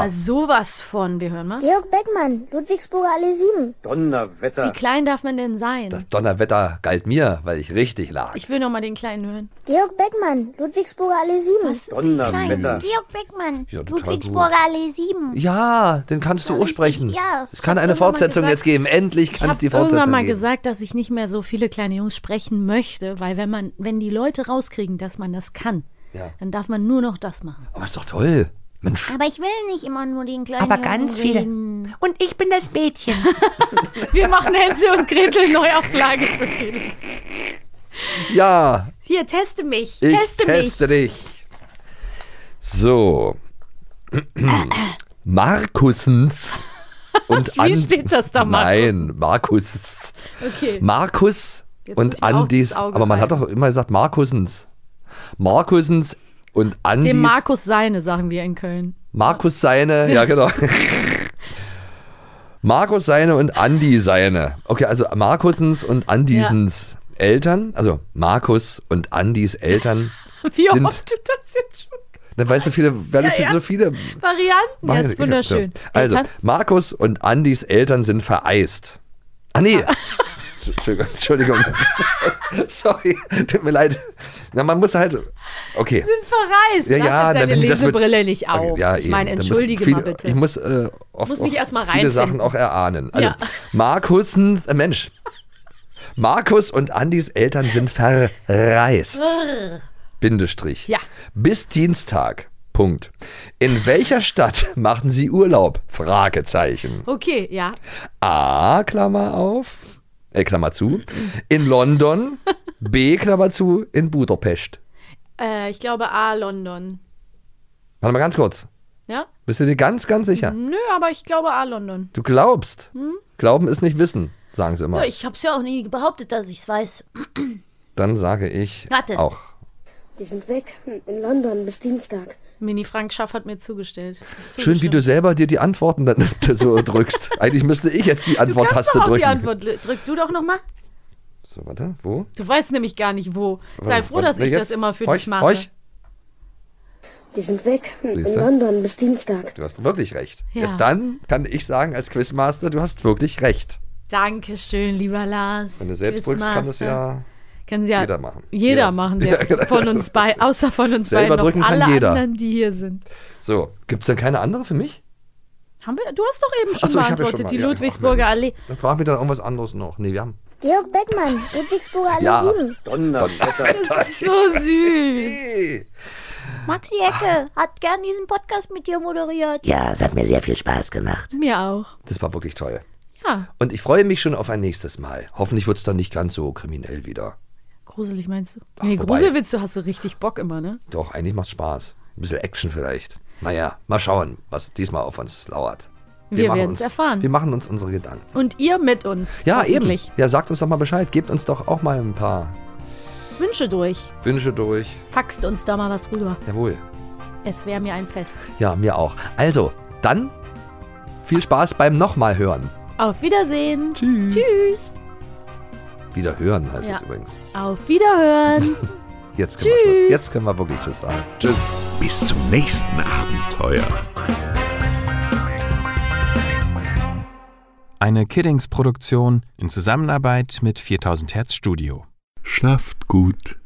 Speaker 4: Aber sowas von, wir hören mal.
Speaker 14: Georg Beckmann, Ludwigsburger Allee 7.
Speaker 5: Donnerwetter.
Speaker 4: Wie klein darf man denn sein?
Speaker 5: Das Donnerwetter galt mir, weil ich richtig lag.
Speaker 4: ich will noch mal den kleinen hören.
Speaker 14: Georg Beckmann, Ludwigsburger Allee 7. Was?
Speaker 5: Donnerwetter.
Speaker 14: Georg Beckmann,
Speaker 5: Ja, total
Speaker 14: Ludwigsburger Allee 7.
Speaker 5: Ja, den kannst du aussprechen.
Speaker 14: ja.
Speaker 5: Es kann eine
Speaker 4: irgendwann mal
Speaker 5: Fortsetzung
Speaker 4: gesagt-
Speaker 5: jetzt geben. Endlich
Speaker 4: Ich
Speaker 5: kann es
Speaker 4: habe
Speaker 5: die
Speaker 4: irgendwann
Speaker 5: Fortsetzung
Speaker 4: mal
Speaker 5: geben.
Speaker 4: gesagt, dass ich nicht mehr so viele kleine Jungs sprechen möchte, weil wenn man, wenn die Leute rauskriegen, dass man das kann,
Speaker 5: Ja.
Speaker 4: dann darf man nur noch das machen.
Speaker 5: Aber ist doch toll. Mensch.
Speaker 14: Aber ich will nicht immer nur den kleinen
Speaker 4: Aber
Speaker 14: Jungen
Speaker 4: ganz viele.
Speaker 14: reden.
Speaker 4: Und ich bin das Mädchen. Wir machen Hänsel und Gretel Neuauflage für Felix.
Speaker 5: Ja,
Speaker 4: Hier, teste mich.
Speaker 5: ich
Speaker 4: teste,
Speaker 5: teste dich. So. Markusens und
Speaker 4: Wie
Speaker 5: An-
Speaker 4: steht das da,
Speaker 5: Nein, Markus.
Speaker 4: mich. Okay.
Speaker 5: Markus
Speaker 4: Jetzt muss
Speaker 5: und
Speaker 4: ich mir auch
Speaker 5: Andis.
Speaker 4: ins Auge
Speaker 5: Aber man hat doch immer gesagt Markusens. Markusens und Andis.
Speaker 4: Dem Markus seine, sagen wir in Köln.
Speaker 5: Markus seine, ja genau. Markus seine und Andi seine. Okay, also Markusens und Andisens. Eltern, also Markus und Andys Eltern
Speaker 4: Wie
Speaker 5: sind,
Speaker 4: oft du das jetzt schon
Speaker 5: dann weißt du viele, weil es
Speaker 4: Ja,
Speaker 5: sind
Speaker 4: ja.
Speaker 5: so viele
Speaker 4: Varianten. Ja,
Speaker 5: Meine
Speaker 4: ist
Speaker 5: Güte.
Speaker 4: wunderschön.
Speaker 5: Also,
Speaker 4: Eltern-
Speaker 5: Markus und Andys Eltern sind vereist. Ah, nee. Entschuldigung, Entschuldigung. Sorry, tut mir leid. Na, man muss halt. Okay.
Speaker 4: sind verreist.
Speaker 5: Ja, ja,
Speaker 4: Lass jetzt
Speaker 5: dann
Speaker 4: deine
Speaker 5: will ich das mit-
Speaker 4: Lesebrille nicht auf.
Speaker 5: Okay, ja,
Speaker 4: ich
Speaker 5: eben.
Speaker 4: meine,
Speaker 5: Da muss
Speaker 4: entschuldige
Speaker 5: viele,
Speaker 4: mal bitte.
Speaker 5: Ich muss äh, oft
Speaker 4: Muss mich
Speaker 5: auch
Speaker 4: erst mal
Speaker 5: viele
Speaker 4: reinfinden.
Speaker 5: Sachen auch erahnen. Also,
Speaker 4: Ja.
Speaker 5: Markus, äh, Mensch. Markus und Andys Eltern sind verreist. Bindestrich.
Speaker 4: Ja.
Speaker 5: Bis Dienstag. Punkt. In welcher Stadt machen Sie Urlaub? Fragezeichen.
Speaker 4: Okay, ja.
Speaker 5: A, Klammer auf, äh, Klammer zu, in London, B, Klammer zu, in Budapest.
Speaker 4: Äh, ich glaube A, London.
Speaker 5: Warte mal ganz kurz.
Speaker 4: Ja?
Speaker 5: Bist du dir ganz, ganz sicher?
Speaker 4: Nö, aber ich glaube A, London.
Speaker 5: Du glaubst.
Speaker 4: Hm?
Speaker 5: Glauben ist nicht wissen, sagen sie immer.
Speaker 18: Ja, ich hab's ja auch nie behauptet, dass ich's weiß.
Speaker 5: Dann sage ich
Speaker 18: Warte.
Speaker 5: auch.
Speaker 4: Die sind weg. In London bis Dienstag. Mini Frank Schaff hat mir zugestellt.
Speaker 5: Schön, wie du selber dir die Antworten dann so drückst. Eigentlich müsste ich jetzt die
Speaker 4: Du kannst
Speaker 5: Antworttaste
Speaker 4: doch auch
Speaker 5: drücken.
Speaker 4: die Antwort. Drück du doch nochmal.
Speaker 5: So, warte, wo?
Speaker 4: Du weißt nämlich gar nicht wo. Sei
Speaker 5: Warte,
Speaker 4: froh,
Speaker 5: warte,
Speaker 4: dass ich
Speaker 5: jetzt.
Speaker 4: das immer für
Speaker 5: Horch,
Speaker 4: dich mache.
Speaker 5: horch.
Speaker 14: Die sind weg. In
Speaker 5: Siehste?
Speaker 14: London bis Dienstag.
Speaker 5: Du hast wirklich recht.
Speaker 4: Ja.
Speaker 5: Erst dann kann ich sagen als Quizmaster, du hast wirklich recht.
Speaker 4: Dankeschön, lieber Lars.
Speaker 5: Wenn du selbst drückst, kann das ja
Speaker 4: Kann sie ja
Speaker 5: jeder machen.
Speaker 4: Jeder
Speaker 5: Jeder.
Speaker 4: machen, der
Speaker 5: Ja, genau.
Speaker 4: von uns bei, außer von uns
Speaker 5: Selber
Speaker 4: beiden. noch
Speaker 5: drücken kann
Speaker 4: alle
Speaker 5: jeder.
Speaker 4: anderen, die hier sind.
Speaker 5: So, gibt es denn keine andere für mich?
Speaker 4: Haben wir, du hast doch eben schon
Speaker 5: Ach so, ich hab ja
Speaker 4: beantwortet,
Speaker 5: mal-
Speaker 4: die
Speaker 5: ja, ach
Speaker 4: Ludwigsburger
Speaker 5: Mensch.
Speaker 4: Allee.
Speaker 5: Dann fragen wir dann irgendwas anderes noch. Nee, wir haben.
Speaker 14: Georg Beckmann, Ludwigsburger Allee
Speaker 5: Ja.
Speaker 14: 7.
Speaker 5: Donnerwetter.
Speaker 14: Das ist so
Speaker 5: süß.
Speaker 18: Maxi Ecke hat gern diesen Podcast mit dir moderiert.
Speaker 19: Ja, es hat mir sehr viel Spaß gemacht.
Speaker 4: Mir auch.
Speaker 5: Das war wirklich toll.
Speaker 4: Ja,
Speaker 5: Und ich freue mich schon auf ein nächstes Mal. Hoffentlich wird es dann nicht ganz so kriminell wieder.
Speaker 4: gruselig meinst du? Nee,
Speaker 5: wobei.
Speaker 4: Gruselwitz, du hast so richtig Bock immer, ne?
Speaker 5: Doch, eigentlich macht's Spaß. Ein bisschen Action vielleicht. Naja, mal schauen, was diesmal auf uns lauert.
Speaker 4: Wir
Speaker 5: machen
Speaker 4: werden's
Speaker 5: uns-
Speaker 4: erfahren.
Speaker 5: Wir machen uns unsere Gedanken.
Speaker 4: Und ihr mit uns.
Speaker 5: Ja, eben.
Speaker 4: hoffentlich.
Speaker 5: Ja, sagt uns doch mal Bescheid. Gebt uns doch auch mal ein paar
Speaker 4: Wünsche durch.
Speaker 5: Wünsche durch.
Speaker 4: Faxt uns da mal was rüber.
Speaker 5: Jawohl.
Speaker 4: Es wäre mir ein Fest.
Speaker 5: Ja, mir auch. Also, dann viel Spaß beim nochmal hören.
Speaker 4: Auf Wiedersehen. Tschüss. Tschüss.
Speaker 5: Wieder hören heißt
Speaker 4: Ja.
Speaker 5: es übrigens.
Speaker 4: Auf Wiederhören.
Speaker 5: Jetzt können, wir
Speaker 4: Tschüss.
Speaker 5: Schluss. Jetzt können wir wirklich Tschüss sagen. Tschüss.
Speaker 1: Bis zum nächsten Abenteuer.
Speaker 20: Eine Kiddings-Produktion in Zusammenarbeit mit 4000 Hertz Studio.
Speaker 1: Schlaft gut.